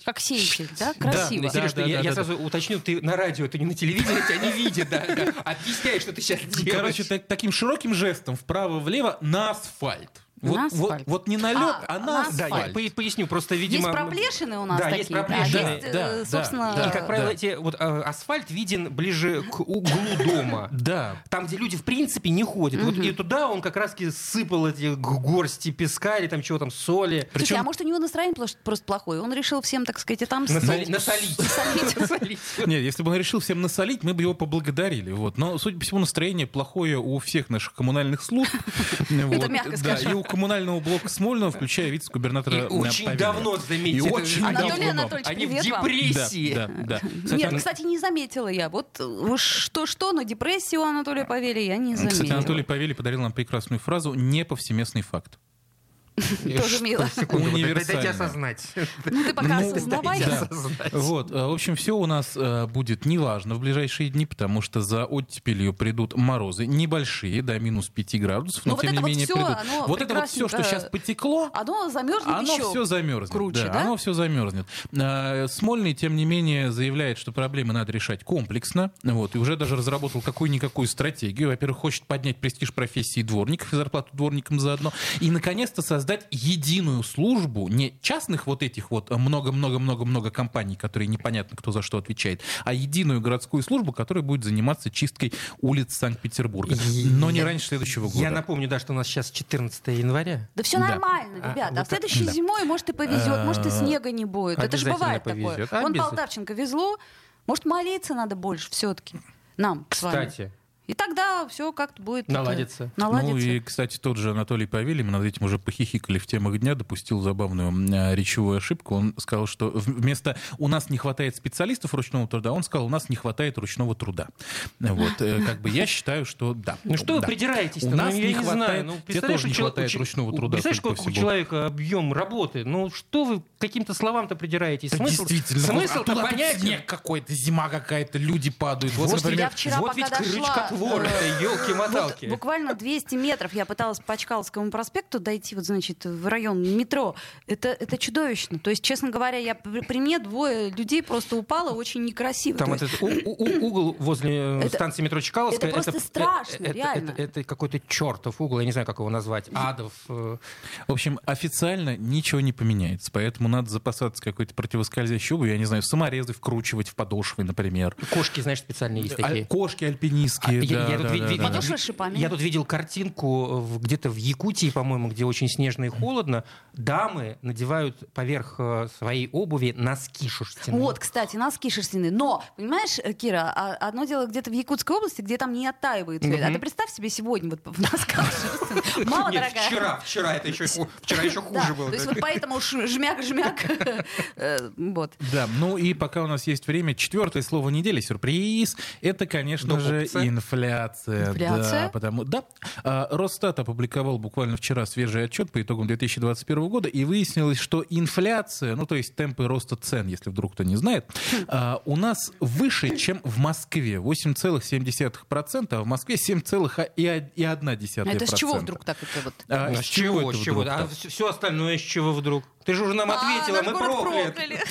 Как сеятель, да? Красиво.
да,
Сереж, ты-
да,
я,
да,
я
да.
сразу уточню, ты на радио, ты не на телевидении, тебя не видят, да, да. Объясняй, что ты сейчас делаешь.
Короче, так- таким широким жестом вправо-влево на асфальт. Вот,
На
вот-
асфальт.
вот не на лед,
А, на
а, на
да,
асфальт.
я по- поясню, просто, видимо...
есть проплешины у нас
да,
такие,
есть
а есть,
проплешины.
да,
э,
да, да,
собственно,
да.
И, как правило, эти, вот, э, асфальт виден ближе к углу дома.
Да.
Там, где люди в принципе не ходят. Вот и туда он как раз сыпал эти г- горсти песка или там чего там, соли.
Слушай, а может, у него настроение пло- просто плохое? Он решил всем, так сказать, отомстить. (laughs)
Насоли- Насолить. Насолить.
Нет, если бы он решил всем насолить, мы бы его поблагодарили. Вот. Но, судя по всему, настроение плохое у всех наших коммунальных
(laughs)
служб. Вот.
мягко
Да,
скажем.
И у коммунального блока Смольного, включая
И
вице-губернатора э,
очень
Павелина.
давно, заметьте.
И
это-
очень
они-
Анатолий давно. Анатольевич,
Они в
привет вам.
депрессии.
Да,
(laughs)
да, да.
Нет,
Ан-
кстати, не заметила я. Вот э, что-что, но депрессию у Анатолия Павели я не заметила.
А, Кстати, Анатолий Павелий подарил нам прекрасную фразу «не повсеместный факт».
Тоже мило.
Секунду, вот
Универсальный.
Дайте осознать.
Ну, ты пока
Ну,
осознавай.
да.
(laughs) осознать.
Вот, э, в общем, все у нас э, будет неважно в ближайшие дни, потому что за оттепелью придут морозы небольшие, до минус 5 градусов,
Но
но,
Ну, вот
тем
это
не
вот
менее
всё,
придут.
оно
Вот это вот все, что
прекрасненько-
сейчас потекло,
Оно замерзнет
Оно
еще.
все замерзнет.
круче,
да,
да?
Оно все замерзнет. Э, Смольный, тем не менее, заявляет, что проблемы надо решать комплексно. Вот, и уже даже разработал какую-никакую стратегию. Во-первых, хочет поднять престиж профессии дворников и зарплату дворникам заодно. И, наконец-то, создать единую службу не частных вот этих вот много-много-много-много компаний, которые непонятно кто за что отвечает, а единую городскую службу, которая будет заниматься чисткой улиц Санкт-Петербурга. Но не
Я-
раньше следующего года.
Я напомню, да, что у нас сейчас 14 января.
Да все
Да.
нормально,
А,
ребята. А,
вот
в следующей
так, да.
зимой, может, и повезет, может, и
Э,
снега не будет. Это же
обязательно
бывает такое.
повезет,
Вон
обязательно.
Полтавченко везло. Может, молиться надо больше все-таки. Нам с вами.
Кстати,
И тогда все как-то будет... это,
Наладится.
Наладится.
Ну и, кстати, тот же Анатолий Павелий, мы над этим уже похихикали в темах дня, допустил забавную э, речевую ошибку. Он сказал, что в- вместо «у нас не хватает специалистов ручного труда», он сказал «у нас не хватает ручного труда». Вот, э, как бы я считаю, что да.
ну что вы
да.
придираетесь?
У нас
я
не
не
хватает-
знаю. Ну,
тебе
представляешь,
тоже не
у человека-
хватает
у че-
ручного труда,
Представляешь,
судя по
какой у
всему.
человека объем работы? Ну, что вы к каким-то словам-то придираетесь? Смысл?
Действительно.
Смысл
Оттуда тут
понятен.
снег какой-то, зима какая-то, люди падают. Вот,
Вот
например,
я вчера
вот
пока
ведь
дошла,
крючкотвор,
э,
елки-моталки.
Вот буквально 200 метров я пыталась по Чкаловскому проспекту дойти, вот, значит, в район метро. Это, это чудовищно. То есть, честно говоря, я, при при мне двое людей просто упало очень некрасиво.
Там
То есть-
этот у- у- у- угол возле э,
Это-
станции метро Чкаловская.
это просто страшно,
это-
реально.
Это, это какой-то чертов угол, я не знаю, как его назвать. Адов. э,
В общем, официально ничего не поменяется, поэтому надо запасаться какой-то противоскользящей обувью, я не знаю, саморезы вкручивать в подошвы, например.
Кошки, знаешь, специальные есть
Аль-
такие.
Кошки альпинистские.
А, я-
да,
я тут
да,
ви-
да,
ви-
да.
видел-
Подошва с шипами.
Я тут видел картинку э, в- где-то в Якутии, по-моему, где очень снежно и холодно. Дамы надевают поверх э, своей обуви носки шерстяные.
Вот, кстати, носки шерстяные. Но, понимаешь, э, Кира, а- одно дело где-то в Якутской области, где там не оттаивает цвет. А
Мгм.
ты представь себе сегодня вот в носках шерстяных. Мало,
(laughs) Нет,
дорогая.
вчера, вчера это еще, ху- вчера еще
Да,
хуже было.
То есть вот поэтому ш- жмяк-жмяк. (laughs) э, Вот.
Да, ну и пока у нас есть время, четвертое слово недели, сюрприз, это, конечно
Да,
же,
опция.
инфляция.
Инфляция?
Да, потому, да. А, Росстат опубликовал буквально вчера свежий отчет по итогам 2021 года, и выяснилось, что инфляция, ну то есть темпы роста цен, если вдруг кто не знает,
Хм.
а, у нас выше, чем в Москве. 8,7%, а в Москве 7,1%.
А Это с чего вдруг так это вот?
А,
А
с чего, это
с чего?
вдруг
А
так?
все остальное с чего вдруг? Ты же уже нам ответила,
А,
мы
наш город
прокляты.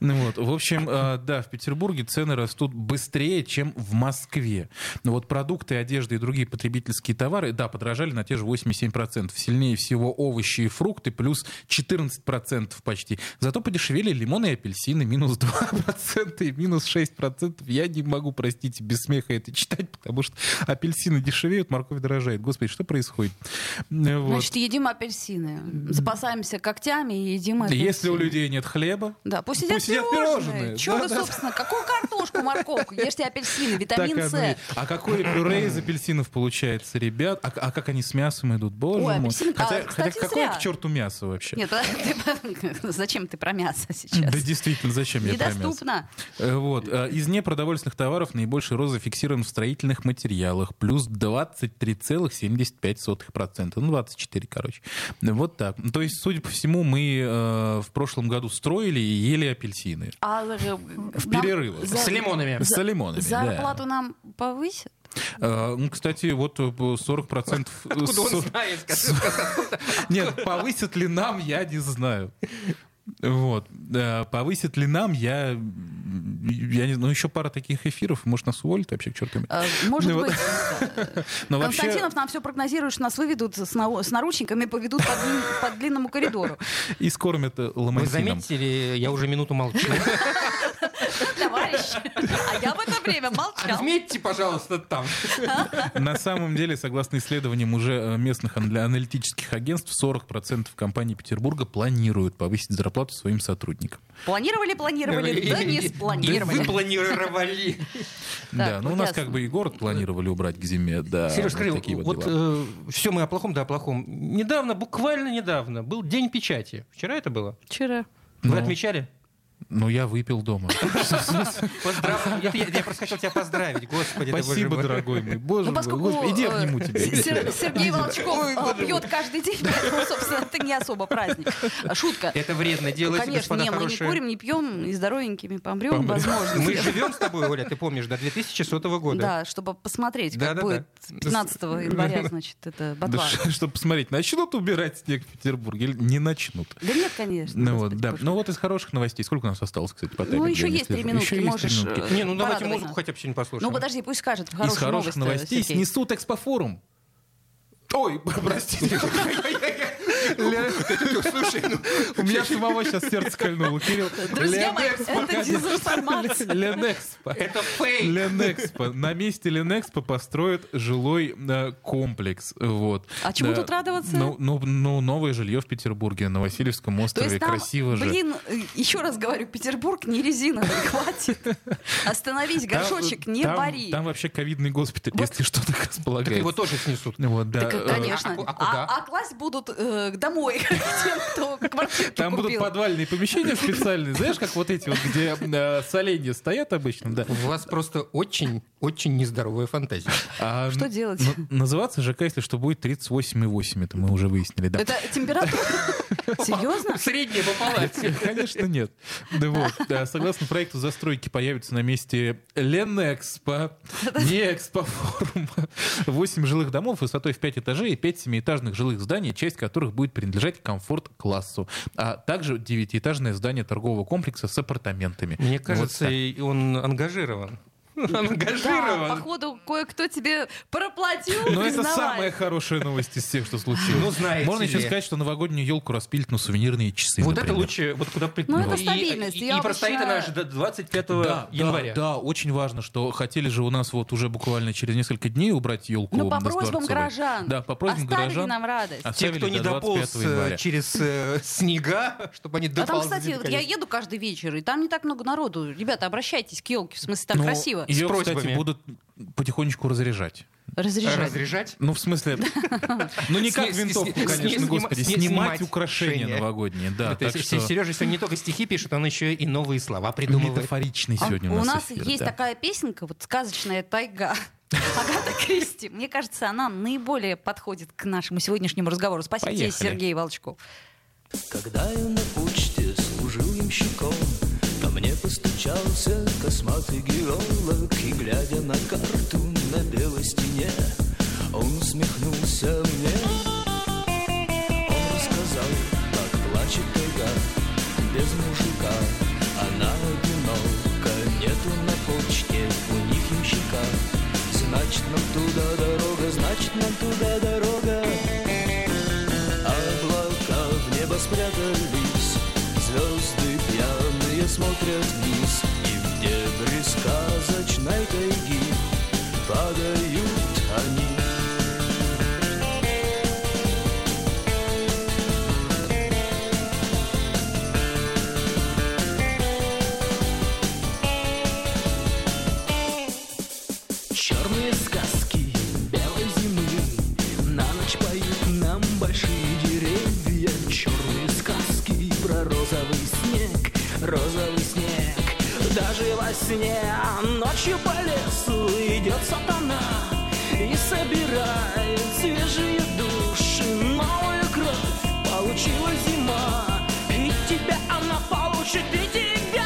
Ну вот, в общем, э, да, в Петербурге цены растут быстрее, чем в Москве. Но вот продукты, одежда и другие потребительские товары, да, подорожали на те же 8,7%. Сильнее всего овощи и фрукты, плюс 14% почти. Зато подешевели лимоны и апельсины, минус 2% и минус 6%. Я не могу, простите, без смеха это читать, потому что апельсины дешевеют, морковь дорожает. Господи, что происходит? Э, вот.
Значит, едим апельсины. Запасаемся когтями и едим апельсины.
Если у людей нет хлеба,
Да, пусть едят
Пусть едят пирожные.
пирожные. Чего
Да,
вы,
да.
собственно, какую картошку, морковку? Ешьте апельсины,
Так
витамин
оно и-
С.
А
(clears throat)
какое пюре из апельсинов получается, ребят? А, а как они с мясом идут? Боже
Ой,
мой.
апельсин-
хотя,
а,
хотя
кстати,
какое
зря.
к черту мясо вообще?
Нет, а ты- (laughs) зачем ты про мясо сейчас?
Да действительно, зачем я про мясо?
Недоступно.
Э, Вот. э, Из непродовольственных товаров наибольший рост зафиксирован в строительных материалах. Плюс 23,75%. Ну, 24, короче. Вот так. Ну, То есть, судя по всему, мы э, в прошлом году строили и ели апельсины.
А э,
В
нам
перерывах.
С лимонами.
С лимонами, да.
зарплату нам повысят?
Э, ну, Кстати, вот э, 40%...
Откуда он
40
знает? Скажи,
Нет, повысит ли нам, я не знаю. Вот. Э, Повысит ли нам, я... Я не знаю. Ну, еще пара таких эфиров. Может, нас уволят вообще к черту.
Э, Может
Ну вот. (laughs)
быть.
Но вообще,
Константинов, нам все прогнозируешь, нас выведут с, нау- с наручниками, поведут по, длин- по длинному
(laughs)
коридору.
и скормят э,
Вы
ламантином.
заметили, я уже минуту молчу.
Товарищ, а я в это время молчал.
Отметьте, пожалуйста, там.
На самом деле, согласно исследованиям уже э, местных анали- аналитических агентств, 40% компаний Петербурга планируют повысить зарплату своим сотрудникам.
Планировали, планировали, да не
Вы
спланировали.
планировали.
да, ну у нас
ясно.
как бы и город планировали убрать к зиме, да.
Сереж,
вот
скажи,
Э, такие вот
вот
дела.
все мы о плохом, да о плохом. Недавно, буквально недавно, был День печати. Вчера это было?
Вчера.
Вы
Ну.
отмечали? э,
Ну, я выпил дома.
Поздравляю. Я, я- я просто хотел тебя поздравить, господи. да, боже
Спасибо,
мой.
дорогой мой. Боже
Ну,
мой,
поскольку
господи, иди
э,
обниму тебя. иди сюда.
Сер- Сергей Волчков э, (laughs) пьет каждый день, поэтому, собственно, это не особо праздник. А, Шутка.
Это вредно делать,
Конечно,
господа
не, мы не
хорошие.
курим, не пьем, и здоровенькими помрем,
Помрём.
возможно.
Мы живем с тобой, Оля, ты помнишь, до 2100 года.
Да, чтобы посмотреть, как
Да-да-да.
будет 15 января, значит, это батла.
(laughs) Чтобы посмотреть, начнут убирать снег в Петербурге или не начнут.
Да нет, конечно.
Ну
господи
вот, да.
боже.
Ну вот из хороших новостей. Сколько у нас осталось, кстати, по таймеру?
Ну, еще
Я не
есть три
слежу.
минутки,
Еще есть три
можешь...
минутки.
э,
Не, ну давайте
порадовать
музыку
нас.
хотя бы сегодня послушаем.
Ну, подожди, пусть скажет.
Из хороших новостей
Сергей.
снесут экспофорум. Ой, (laughs) простите. (laughs)
Слушай, ну,
У меня самого сейчас сердце кольнуло. Кирилл, (laughs)
Друзья мои, это дезинформация.
Ленэкспо.
это фейк.
Ленэкспо. На месте Ленэкспо построят жилой э, комплекс. Вот.
А чему
Да.
тут радоваться?
Ну, ну, ну, новое жилье в Петербурге, на Васильевском
То
острове.
есть там,
Красиво же.
блин, еще раз говорю, Петербург не резиновый, (laughs) хватит. Остановись,
Там-
горшочек, не
там-
бори.
Там вообще ковидный госпиталь, если что-то
Так его
располагается.
тоже снесут.
Вот, да.
Так,
Э,
конечно.
а ку- а куда?
А, а класть будут э, домой (laughs) к тем, кто квартирки
Э, Там будут
купил.
подвальные помещения специальные, знаешь, как вот эти вот, где э, соленья стоят обычно, да.
У вас просто очень-очень нездоровая фантазия.
А,
Что делать?
ну, называться ЖК, если что, будет 38,8, это мы уже выяснили, да.
Это
(laughs)
температура? Серьезно?
Средняя по палате.
Конечно, нет. Да вот. Да, согласно проекту, застройки появятся на месте Ленэкспо, не экспофорума. 8 жилых домов высотой в 5 этажей и 5 семиэтажных жилых зданий, часть которых будет принадлежать комфорт-классу. А также девятиэтажное здание торгового комплекса с апартаментами.
Мне
Вот
кажется, и он ангажирован.
Да,
Ангажирован.
походу, кое-кто тебе проплатил,
Но это
признавай.
самая хорошая новость из всех, что случилось.
Ну, знаете
Можно еще
ли.
сказать, что новогоднюю елку распилит на сувенирные часы.
Вот это
например.
лучше, вот куда прийти.
Ну, это
И-
стабильность.
И
Я
и простоит
обычно-
она аж до 25
Да,
января.
Да, да, очень важно, что хотели же у нас вот уже буквально через несколько дней убрать елку.
Ну, по
на
просьбам
Скворцовой.
горожан.
Да, по просьбам
Оставили
горожан.
нам радость.
оставили
Те, кто не
до 25
дополз э,
января.
через э, снега, (laughs) чтобы они
А там,
доползли.
кстати, вот я
наконец.
еду каждый вечер, и там не так много народу. Ребята, обращайтесь к елке, в смысле, там
Ну,
красиво.
Ее,
С
кстати,
просьбами.
будут потихонечку разрежать.
Разрешаю.
Разряжать?
Ну,
(laughs)
в смысле, ну не как
Сни-
винтовку,
сни-
конечно,
сни-
господи,
сни-
снимать
снимать
украшения
украшения.
новогодние, да.
Это
так
Се-
что
Сережа сегодня не только стихи пишет, он еще и новые слова придумывает.
Метафоричный
А
сегодня у нас эфир,
есть
да.
такая песенка, вот сказочная тайга. (laughs) Агата Кристи. Мне кажется, она наиболее подходит к нашему сегодняшнему разговору. Спасибо тебе,
Поехали.
Сергей Волчков.
Когда я на почте служил ямщиком, Ко мне постучался косматый геолог, И, глядя на карту на белой стене, Он усмехнулся мне. Он рассказал, как плачет тайга без мужика. Она одинока, нету на почте у них ямщика. Значит, нам туда дорога, значит, нам туда дорога. А Облака в небо спрятались, звезды пьяные смотрят вниз, И в дебри сказочной тайги падают они. Черные сказки белой зимы На ночь поют нам большие деревья Черные сказки про розовый снег Розовый снег Даже во сне ночью по лесу Идет сатана И собирает свежие души Новую кровь получила зима И тебя она получит, и тебя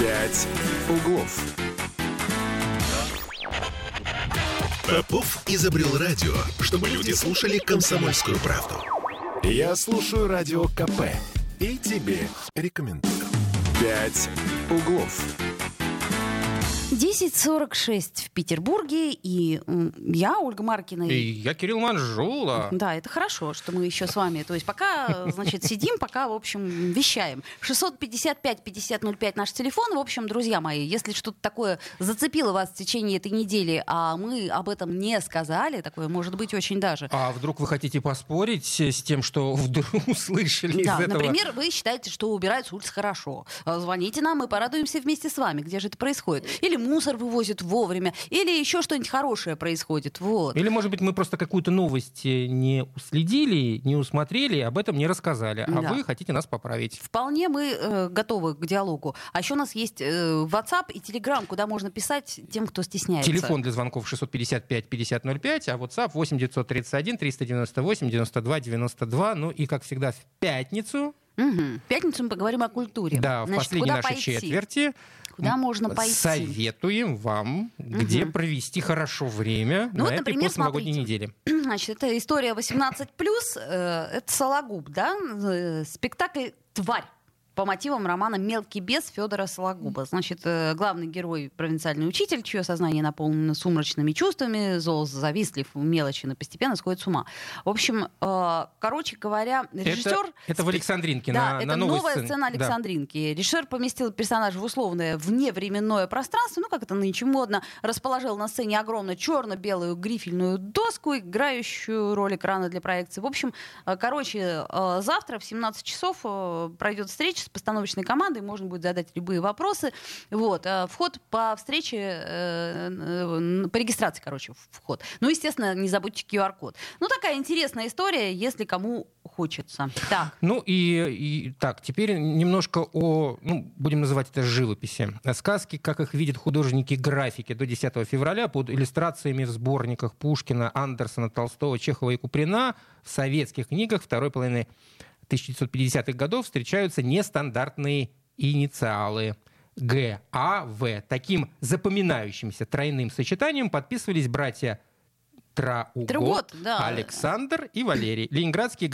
Пять углов.
Попов изобрел радио, чтобы люди слушали комсомольскую правду.
Я слушаю радио КП и тебе рекомендую. Пять углов.
10.46 в Петербурге, и м, я, Ольга Маркина.
И я Кирилл Манжула.
Да, это хорошо, что мы еще с вами. То есть пока, э, значит, сидим, пока, в общем, вещаем. 655-5005 наш телефон. В общем, друзья мои, если что-то такое зацепило вас в течение этой недели, а мы об этом не сказали, такое может быть очень даже.
А вдруг вы хотите поспорить с тем, что (laughs) вдруг услышали
Да,
из этого?
например, вы считаете, что убирают с улиц хорошо. А, Звоните нам, мы порадуемся вместе с вами, где же это происходит. Или мусор вывозят вовремя, или еще что-нибудь хорошее происходит. Вот.
Или, может быть, мы просто какую-то новость э, не уследили, не усмотрели, об этом не рассказали, а
Да.
вы хотите нас поправить.
Вполне мы э, готовы к диалогу. А еще у нас есть э, WhatsApp и Telegram, куда можно писать тем, кто стесняется.
Телефон для звонков 655-5005, а WhatsApp 8-931-398-92-92. Ну и, как всегда, в пятницу,
Мгм. В пятницу мы поговорим о культуре.
да, в
Значит,
последней
куда
нашей
пойти?
четверти,
Куда можно пойти?
советуем вам, где провести хорошо время
Ну
на
вот,
этой
например,
постновогодней
смотрите. (clears throat)
неделе.
Значит, это история 18+, э, это Сологуб, да? Э, Спектакль «Тварь» по мотивам романа «Мелкий бес» Федора Сологуба. Значит, э, главный герой — провинциальный учитель, чье сознание наполнено сумрачными чувствами, зол завистлив, мелочен и постепенно сходит с ума. В общем, э, короче говоря, режиссер...
Это, это в Александринке
Да,
на,
это
на новой
новая
сцене.
сцена
Да.
Александринки. Режиссер поместил персонажа в условное вневременное пространство, ну как это нынче модно, расположил на сцене огромную черно-белую грифельную доску, играющую роль экрана для проекции. В общем, э, короче, э, завтра в 17 часов э, пройдет встреча с постановочной командой, можно будет задать любые вопросы. Вот. э, Вход по встрече, э, э, по регистрации, короче, вход. Ну, естественно, не забудьте QR-код. Ну, такая интересная история, если кому хочется. Так.
Ну и, и так, теперь немножко о, ну, будем называть это живописи. Сказки, как их видят художники графики до 10 февраля под иллюстрациями в сборниках Пушкина, Андерсона, Толстого, Чехова и Куприна в советских книгах второй половины 1950-х годов встречаются нестандартные инициалы. Г, А, В. Таким запоминающимся тройным сочетанием подписывались братья Траугот,
Траугот, да.
Александр и Валерий. Ленинградские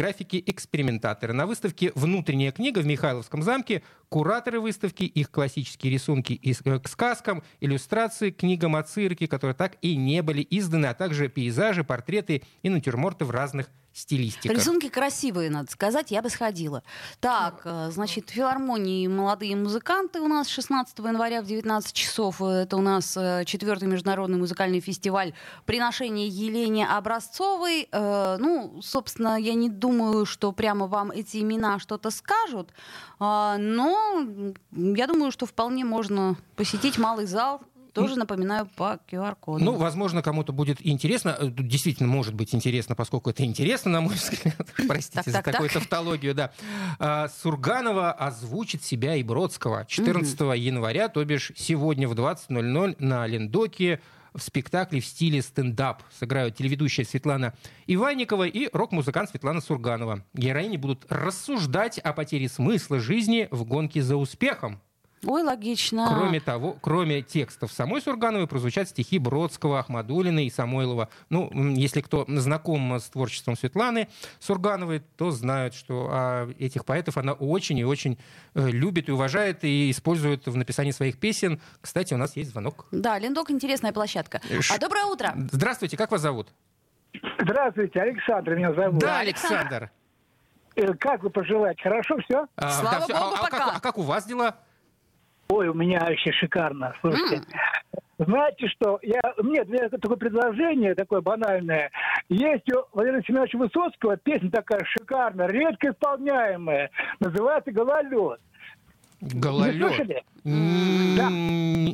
графики-экспериментаторы. На выставке «Внутренняя книга» в Михайловском замке кураторы выставки, их классические рисунки из- э, к сказкам, иллюстрации к книгам о цирке, которые так и не были изданы, а также пейзажи, портреты и натюрморты в разных стилистиках.
Рисунки красивые, надо сказать, я бы сходила. Так, э, значит, в филармонии молодые музыканты у нас 16 января в 19 часов. Это у нас э, четвертый международный музыкальный фестиваль приношения Елене Образцовой. Э, Ну, собственно, я не думаю, что прямо вам эти имена что-то скажут, а, но м, я думаю, что вполне можно посетить малый зал. Тоже напоминаю по QR-коду.
Ну, возможно, кому-то будет интересно. Э, тут Действительно, может быть интересно, поскольку это интересно, на мой (laughs) взгляд. Простите
Так,
за
так,
такую
так.
тавтологию, да. А, Сурганова озвучит себя и Бродского 14 января, то бишь сегодня в 20.00 на Лендоке в спектакле в стиле стендап сыграют телеведущая Светлана Иванникова и рок-музыкант Светлана Сурганова. Героини будут рассуждать о потере смысла жизни в гонке за успехом.
Ой, логично.
Кроме того, кроме текстов самой Сургановой прозвучат стихи Бродского, Ахмадулина и Самойлова. Ну, м, если кто знаком с творчеством Светланы Сургановой, то знают, что а, этих поэтов она очень и очень э, любит и уважает и использует в написании своих песен. Кстати, у нас есть звонок.
Да, Линдок интересная площадка.
Э, Ш-
А доброе утро.
Здравствуйте, как вас зовут?
Здравствуйте, Александр меня зовут.
Да, Александр.
Э, Как вы поживаете? Хорошо все?
А,
Слава
всё.
богу,
а, а
пока.
как, а как у вас дела?
Ой, у меня вообще шикарно. Слушайте, знаете что, я, мне такое предложение, такое банальное. Есть у Валерия Семеновича Высоцкого песня такая шикарная, редко исполняемая. Называется «Гололед». Не
Гололед.
слышали?
М,
Да.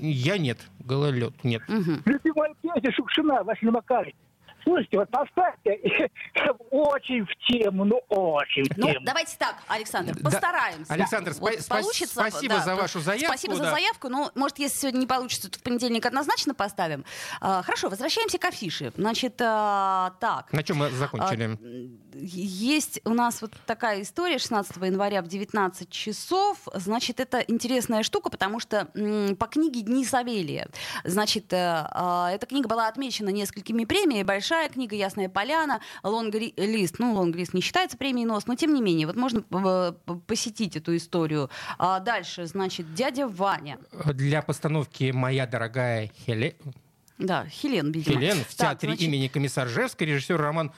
Я нет. Гололед нет.
Любимая песня Шукшина, Василий Макарович. Слушайте, вот поставьте (laughs) очень в тему, ну очень в
Ну,
тему.
давайте так, Александр,
Да.
постараемся.
Александр,
Вот
спа- спа- спасибо за вашу заявку,
Спасибо за
да.
заявку. Ну, может, если сегодня не получится, то в понедельник однозначно поставим. А, хорошо, возвращаемся к афише. Значит, а, так.
На чем мы закончили?
А, м, есть у нас вот такая история 16 января в 19 часов. Значит, это интересная штука, потому что м, по книге «Дни Савелия». Значит, э, э, эта книга была отмечена несколькими премиями. Большая книга «Ясная поляна», «Лонг-лист». Ну, «Лонг-лист» не считается премией НОС, но тем не менее, вот можно э, п- посетить эту историю. А дальше, значит, «Дядя Ваня».
Для постановки «Моя дорогая Хеле...
Да, Хелен, видимо.
Хелен» в
Так,
театре
значит,
имени Комиссаржевской режиссер Роман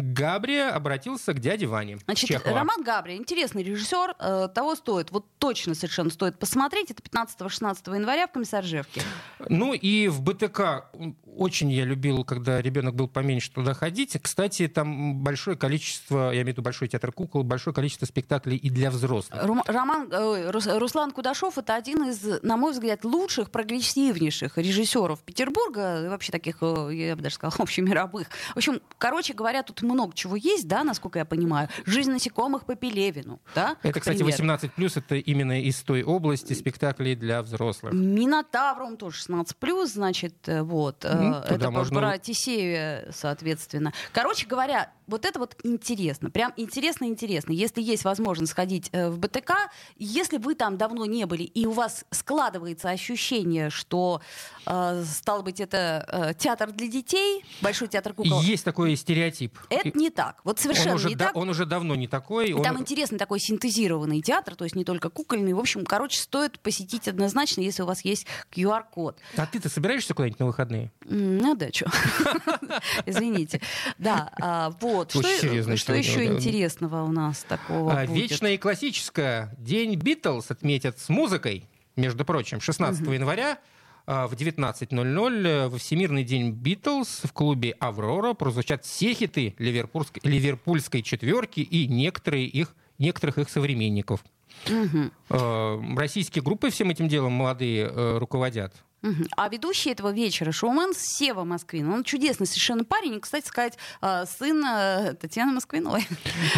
Габрия обратился к дяде Ване
Значит,
Чехова.
Роман Габри, интересный режиссер, э, того стоит, вот точно совершенно стоит посмотреть. Это 15-16 января в Комиссаржевке.
Ну и в БТК м, очень я любил, когда ребенок был поменьше, туда ходить. Кстати, там большое количество, я имею в виду большой театр кукол, большое количество спектаклей и для взрослых.
Ром- Роман, э, Рус- Руслан Кудашов это один из, на мой взгляд, лучших, прогрессивнейших режиссеров Петербурга, и вообще таких, э, я бы даже сказала, (laughs) общемировых. В общем, короче говоря, тут много чего есть, да, насколько я понимаю. «Жизнь насекомых» по Пелевину, да?
Это,
к
кстати,
примеру.
18+, это именно из той области спектаклей для взрослых.
Минотавром тоже 16 плюс, значит, э, вот. э,
Ну, туда
это можно...
можно-
про Тесея, соответственно. Короче говоря, вот это вот интересно. Прям интересно-интересно. Если есть возможность сходить э, в БТК, если вы там давно не были, и у вас складывается ощущение, что, э, стало быть, это э, театр для детей, большой театр кукол,
Есть такой стереотип. И
это не так. Вот совершенно
он, уже
не
да-
так.
он уже давно не такой.
И
он-
Там интересный такой синтезированный театр, то есть не только кукольный. В общем, короче, стоит посетить однозначно, если у вас есть QR-код.
А ты-то собираешься куда-нибудь на выходные?
М, На дачу. (laughs) Извините. Да, а, вот.
Очень
Что и-
серьезная
Что
история,
еще
да, да.
интересного у нас такого
А,
будет?
Вечное и классическое. День Битлз отметят с музыкой, между прочим, 16 января а, в 19.00 э, во Всемирный день Битлз в клубе «Аврора» прозвучат все хиты ливерпульской, ливерпульской четверки и некоторые их, некоторых их современников.
Мгм,
Э, Российские группы всем этим делом молодые э, руководят.
мгм. А ведущий этого вечера шоумен Сева Москвин. Он чудесный совершенно парень. И, кстати сказать, а, сын э, Татьяны Москвиной.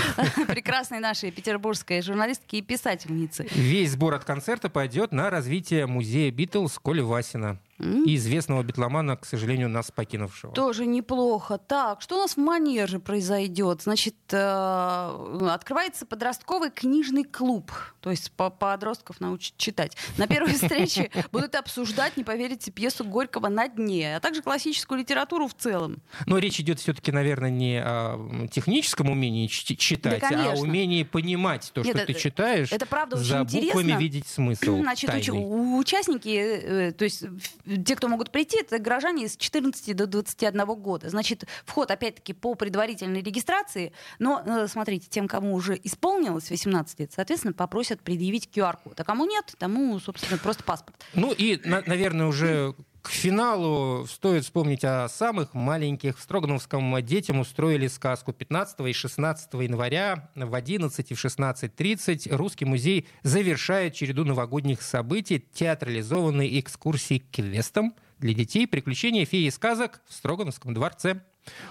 (laughs) Прекрасной нашей петербургской журналистки и писательницы.
Весь сбор от концерта пойдет на развитие музея Битлз Коли Васина
М,
и известного битломана, к сожалению, нас покинувшего.
Тоже неплохо. Так, что у нас в манеже произойдет? Значит, э, открывается подростковый книжный клуб. То есть по- подростков научат читать. На первой
(laughs)
встрече будут обсуждать, не поверите, пьесу Горького «На дне», а также классическую литературу в целом.
Но речь идет все-таки, наверное, не о м, техническом умении чти- читать,
Да,
а о
конечно.
умении понимать то,
Нет,
что
это-
ты читаешь,
Это правда очень
за буквами
интересно.
видеть смысл.
Значит, уч-
тайный.
у- участники, э, то есть в- те, кто могут прийти, это горожане с 14 до 21 года. Значит, вход, опять-таки, по предварительной регистрации. Но, э, смотрите, тем, кому уже исполнилось 18 лет, соответственно, попросят предъявить QR-код. А кому нет, тому, собственно, просто паспорт.
Ну и, на- наверное, уже к финалу стоит вспомнить о самых маленьких. В Строгановском детям устроили сказку 15 и 16 января в 11 и в 16.30. Русский музей завершает череду новогодних событий театрализованной экскурсией к квестам для детей «Приключения феи и сказок» в Строгановском дворце.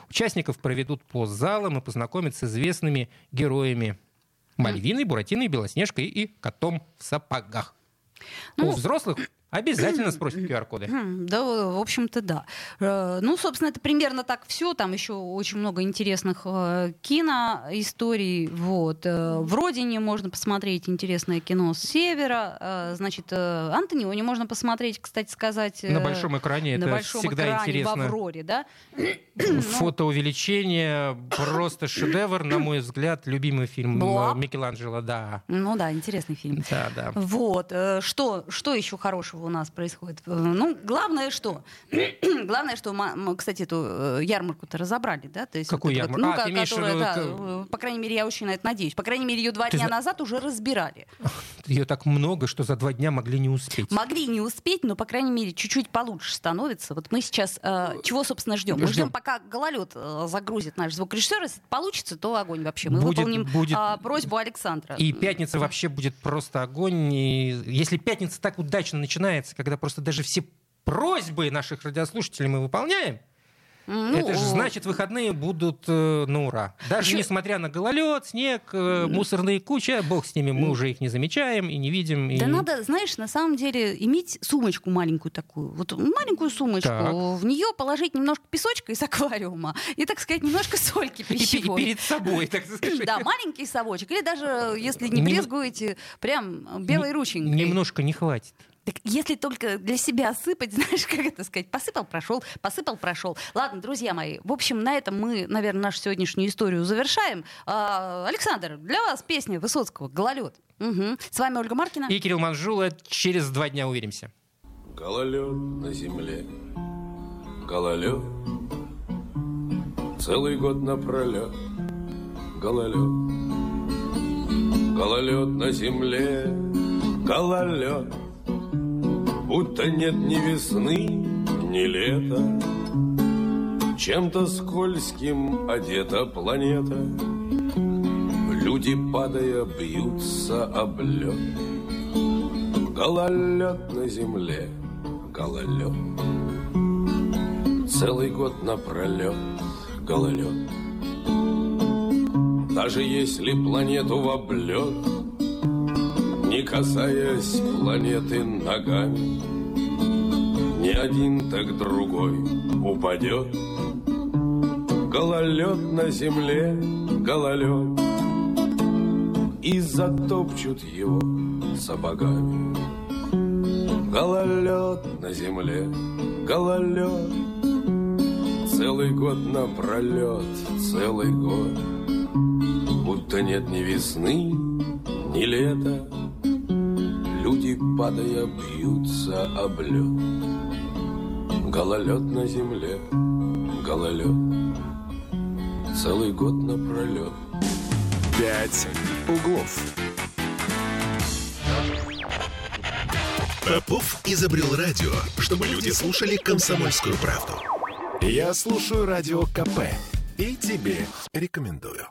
Участников проведут по залам и познакомят с известными героями Мальвиной, Буратиной, Белоснежкой и котом в сапогах. У
Ну,
взрослых обязательно спросят
(clears throat)
QR-коды.
Хм, Да, в общем-то, да. Э, Ну, собственно, это примерно так все. Там еще очень много интересных э, киноисторий. Вот. Э, В «Родине» можно посмотреть интересное кино с севера. Э, Значит, э, «Антониони» можно посмотреть, кстати сказать. э,
На большом экране
на
это
большом
всегда
экране, ну. в (clears throat)
интересно.
«Авроре», да?
Фотоувеличение, просто шедевр, на мой взгляд, любимый фильм
Была.
э, Микеланджело, да.
Ну да, интересный фильм.
Да, да.
Вот, э, что, что еще хорошего у нас происходит? Э, Ну, главное, что? (clears throat) главное, что, ма- м, кстати, эту э, ярмарку-то разобрали, да? То есть
Какую
это вот,
ярмарку?
ну,
А,
ко-
ты имеешь в
которая,
виду,
да,
к-
э, по крайней мере, я очень на это надеюсь. По крайней мере, ее два
Ты
дня
зна-
назад уже разбирали.
Ее так много, что за два дня могли не успеть.
Могли не успеть, но, по крайней мере, чуть-чуть получше становится. Вот мы сейчас э, чего, собственно, ждем? Мы
Ждём.
ждем, пока гололед э, загрузит наш звукорежиссер. Если получится, то огонь вообще. Мы
Будет-
выполним
будет-
а, просьбу Александра.
И пятница вообще будет просто огонь. И если пятница так удачно начинается, когда просто даже все просьбы наших радиослушателей мы выполняем,
Ну,
Это же значит, выходные будут э, на ура. Даже
Ещё-
несмотря на гололед, снег, э, мусорные кучи, бог с ними, мы уже их не замечаем и не видим. и-
Да надо, знаешь, на самом деле иметь сумочку маленькую такую. Вот маленькую сумочку.
Так.
В нее положить немножко песочка из аквариума и, так сказать, немножко сольки
(laughs) и пе- и
пищевой.
перед собой,
(laughs)
так сказать.
Да, маленький совочек. Или даже, э, если не
Нем-
брезгуете, прям э, белой рученькой.
Немножко не хватит.
Так если только для себя сыпать, (laughs) знаешь, как это сказать, посыпал, прошел, посыпал, прошел. Ладно, друзья мои, в общем, на этом мы, наверное, нашу сегодняшнюю историю завершаем. А, Александр, для вас песня Высоцкого «Гололед». Мгм. С вами Ольга Маркина.
И Кирилл Манжула через два дня увидимся.
Гололед на земле, гололед, целый год напролет, гололед, гололед на земле, гололед, будто нет ни весны, ни лета, чем-то скользким одета планета, люди падая бьются об лед. Гололед на земле, гололед. Целый год напролет, гололед. Даже если планету в облет, Не касаясь планеты ногами, Ни один, так другой упадет. Гололед на земле, гололед. И затопчут его сапогами. Гололед на земле, гололед Целый год напролет, целый год Будто нет ни весны, ни лета Люди, падая, бьются об лед Гололед на земле, гололед Целый год напролет
Пять углов.
Попов изобрел радио, чтобы люди слушали комсомольскую правду.
Я слушаю радио КП и тебе рекомендую.